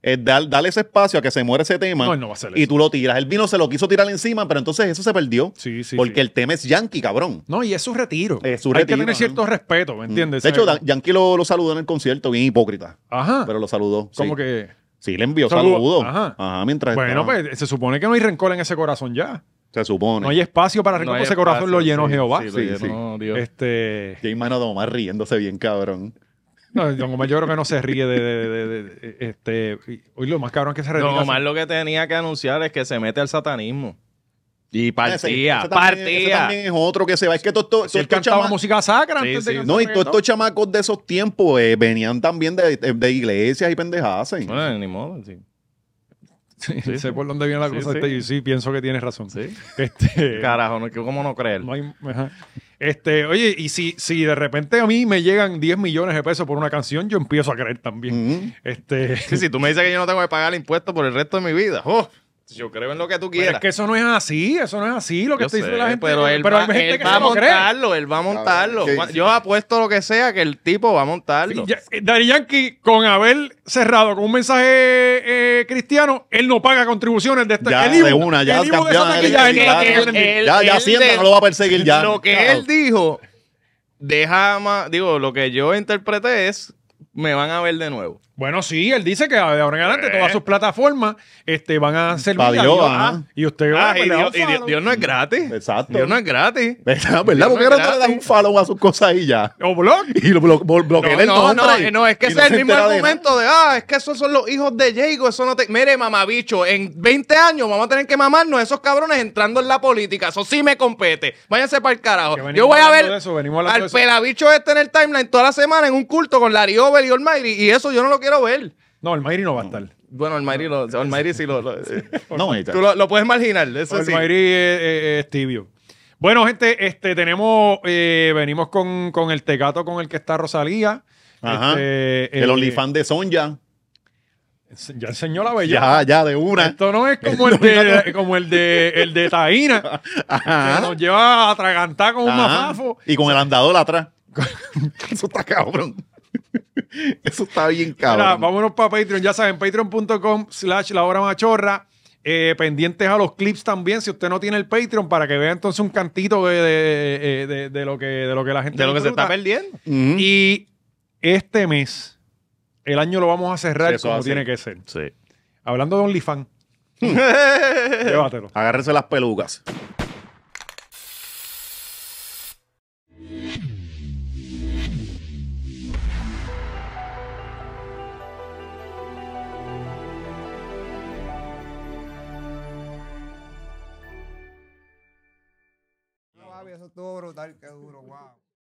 Es dar- darle ese espacio a que se muera ese tema No, él no va a ser y eso. tú lo tiras. El vino se lo quiso tirar encima, pero entonces eso se perdió. Sí, sí. porque sí. el tema es Yankee, cabrón. No, y es su retiro. Es su Hay retiro, que tener ajá. cierto respeto, ¿me entiendes? De hecho, ¿Sabes? Dan- Yankee lo, lo saludó en el concierto, bien hipócrita. Ajá. Pero lo saludó. como sí. Ah. que. Sí, le envió Saludo. saludos. Ajá. Ajá. mientras Bueno, estaba- pues se supone que no hay rencor en ese corazón ya. se supone. No hay espacio para No rencor, hay porque ese corazón espacio, lo llenó sí, Jehová. sí, lo Sí, llenó Dios. Este. Y hay mano de Omar riéndose bien, cabrón. No, Don Omar, yo creo que no se ríe de. de- de- de- de- este. y- Hoy lo más cabrón que se ríe. No, más lo que tenía que anunciar es que se mete al satanismo. Y Ese- partía, ese también- ese partía. también es otro que se va. Es que todo, todo- Si todo él estos cantaba chama- música sacra Sí, antes sí. de No, cantar y todos reggaetón. estos chamacos de esos tiempos eh, venían también de, de- de iglesias y pendejadas. ¿sí? Bueno, ni modo, sí. Sí, Sí, sé sí. por dónde viene la Sí, cosa. sí. este, y sí, pienso que tienes razón. Sí. Este, Carajo, no, ¿cómo no creer? no hay- ajá. Este, oye, y si, si de repente a mí me llegan 10 millones de pesos por una canción, yo empiezo a creer también. Ujú. Este, Sí, si tú me dices que yo no tengo que pagar impuestos por el resto de mi vida, ¡oh! yo creo en lo que tú pero es quieras. que eso no es así, eso no es así lo que Yo te dice sé, la gente. pero él va, hay gente él que va se a lo cree. montarlo, él va a montarlo. sí, Juan- sí. Yo apuesto lo que sea que el tipo va a montarlo. Ya- eh, Daddy Yankee, con haber cerrado con un mensaje eh, cristiano, él no paga contribuciones de esta Ya, el IVU- de una, ya, el IVU de esa campeón, taquilla, él no la ya, tiene que rendir. él- ya, ya él sienta, de- no lo va a perseguir ya. Lo que Claro. él dijo, deja más, digo, lo que yo interpreté es, me van a ver de nuevo. Bueno, sí, él dice que de ahora en adelante todas sus plataformas este, van a servir Pa' a Dios, Dios, ajá. ah, Y usted va Ah, y pues, le da un Dios, y Dios- follow. Dios no es gratis. Exacto. Dios no es gratis. ¿Verdad? ¿Verdad? Porque ahora tú le das un follow a sus cosas y ya. O blog. Y lo blo- blo- bloquea No, el no, nombre no, eh, y- no, es que y ese no es se el mismo entera de nada. argumento de, ah, es que esos son los hijos de Jago, eso no te... Mire, mamabicho, en 20 años vamos a tener que mamarnos a esos cabrones entrando en la política, eso sí me compete, váyanse para el Que carajo. venimos Yo voy a hablando ver de eso, venimos hablando de al eso. pelabicho este en el timeline toda la semana en un culto con Larry Over y Olmairi, y eso yo no lo quiero ver. No, el Mayri no va a estar. Bueno, Olmairi, lo, Olmairi sí lo... lo- No, ahí está. tú lo, lo puedes marginar, eso el sí. Mayri es, es- es tibio. Bueno, gente, este, tenemos, eh, venimos con, con el tecato con el que está Rosalía. Ajá. Este, El eh, OnlyFans de Sonja. Ya enseñó la Pues bella. Ya, ya, de una. Esto no es como el de, como el de, el de Taína, que Ajá. nos lleva a atragantar con un Ah. Ajá. mafafo. Y con el andador atrás. Eso está cabrón. Eso está bien Mira, cabrón. vámonos para Patreon, ya saben, patreon.com slash la hora machorra. Eh, pendientes a los clips también, si usted no tiene el Patreon, para que vea entonces un cantito de, de- eh, de- de lo, que, de lo que la gente De lo que se disfruta. está perdiendo. Ujú. Y este mes, el año lo vamos a cerrar Eso como hace. tiene que ser. Sí. Hablando de OnlyFans, llévatelo. Agárrense las pelucas. Eso estuvo brutal, qué duro, wow.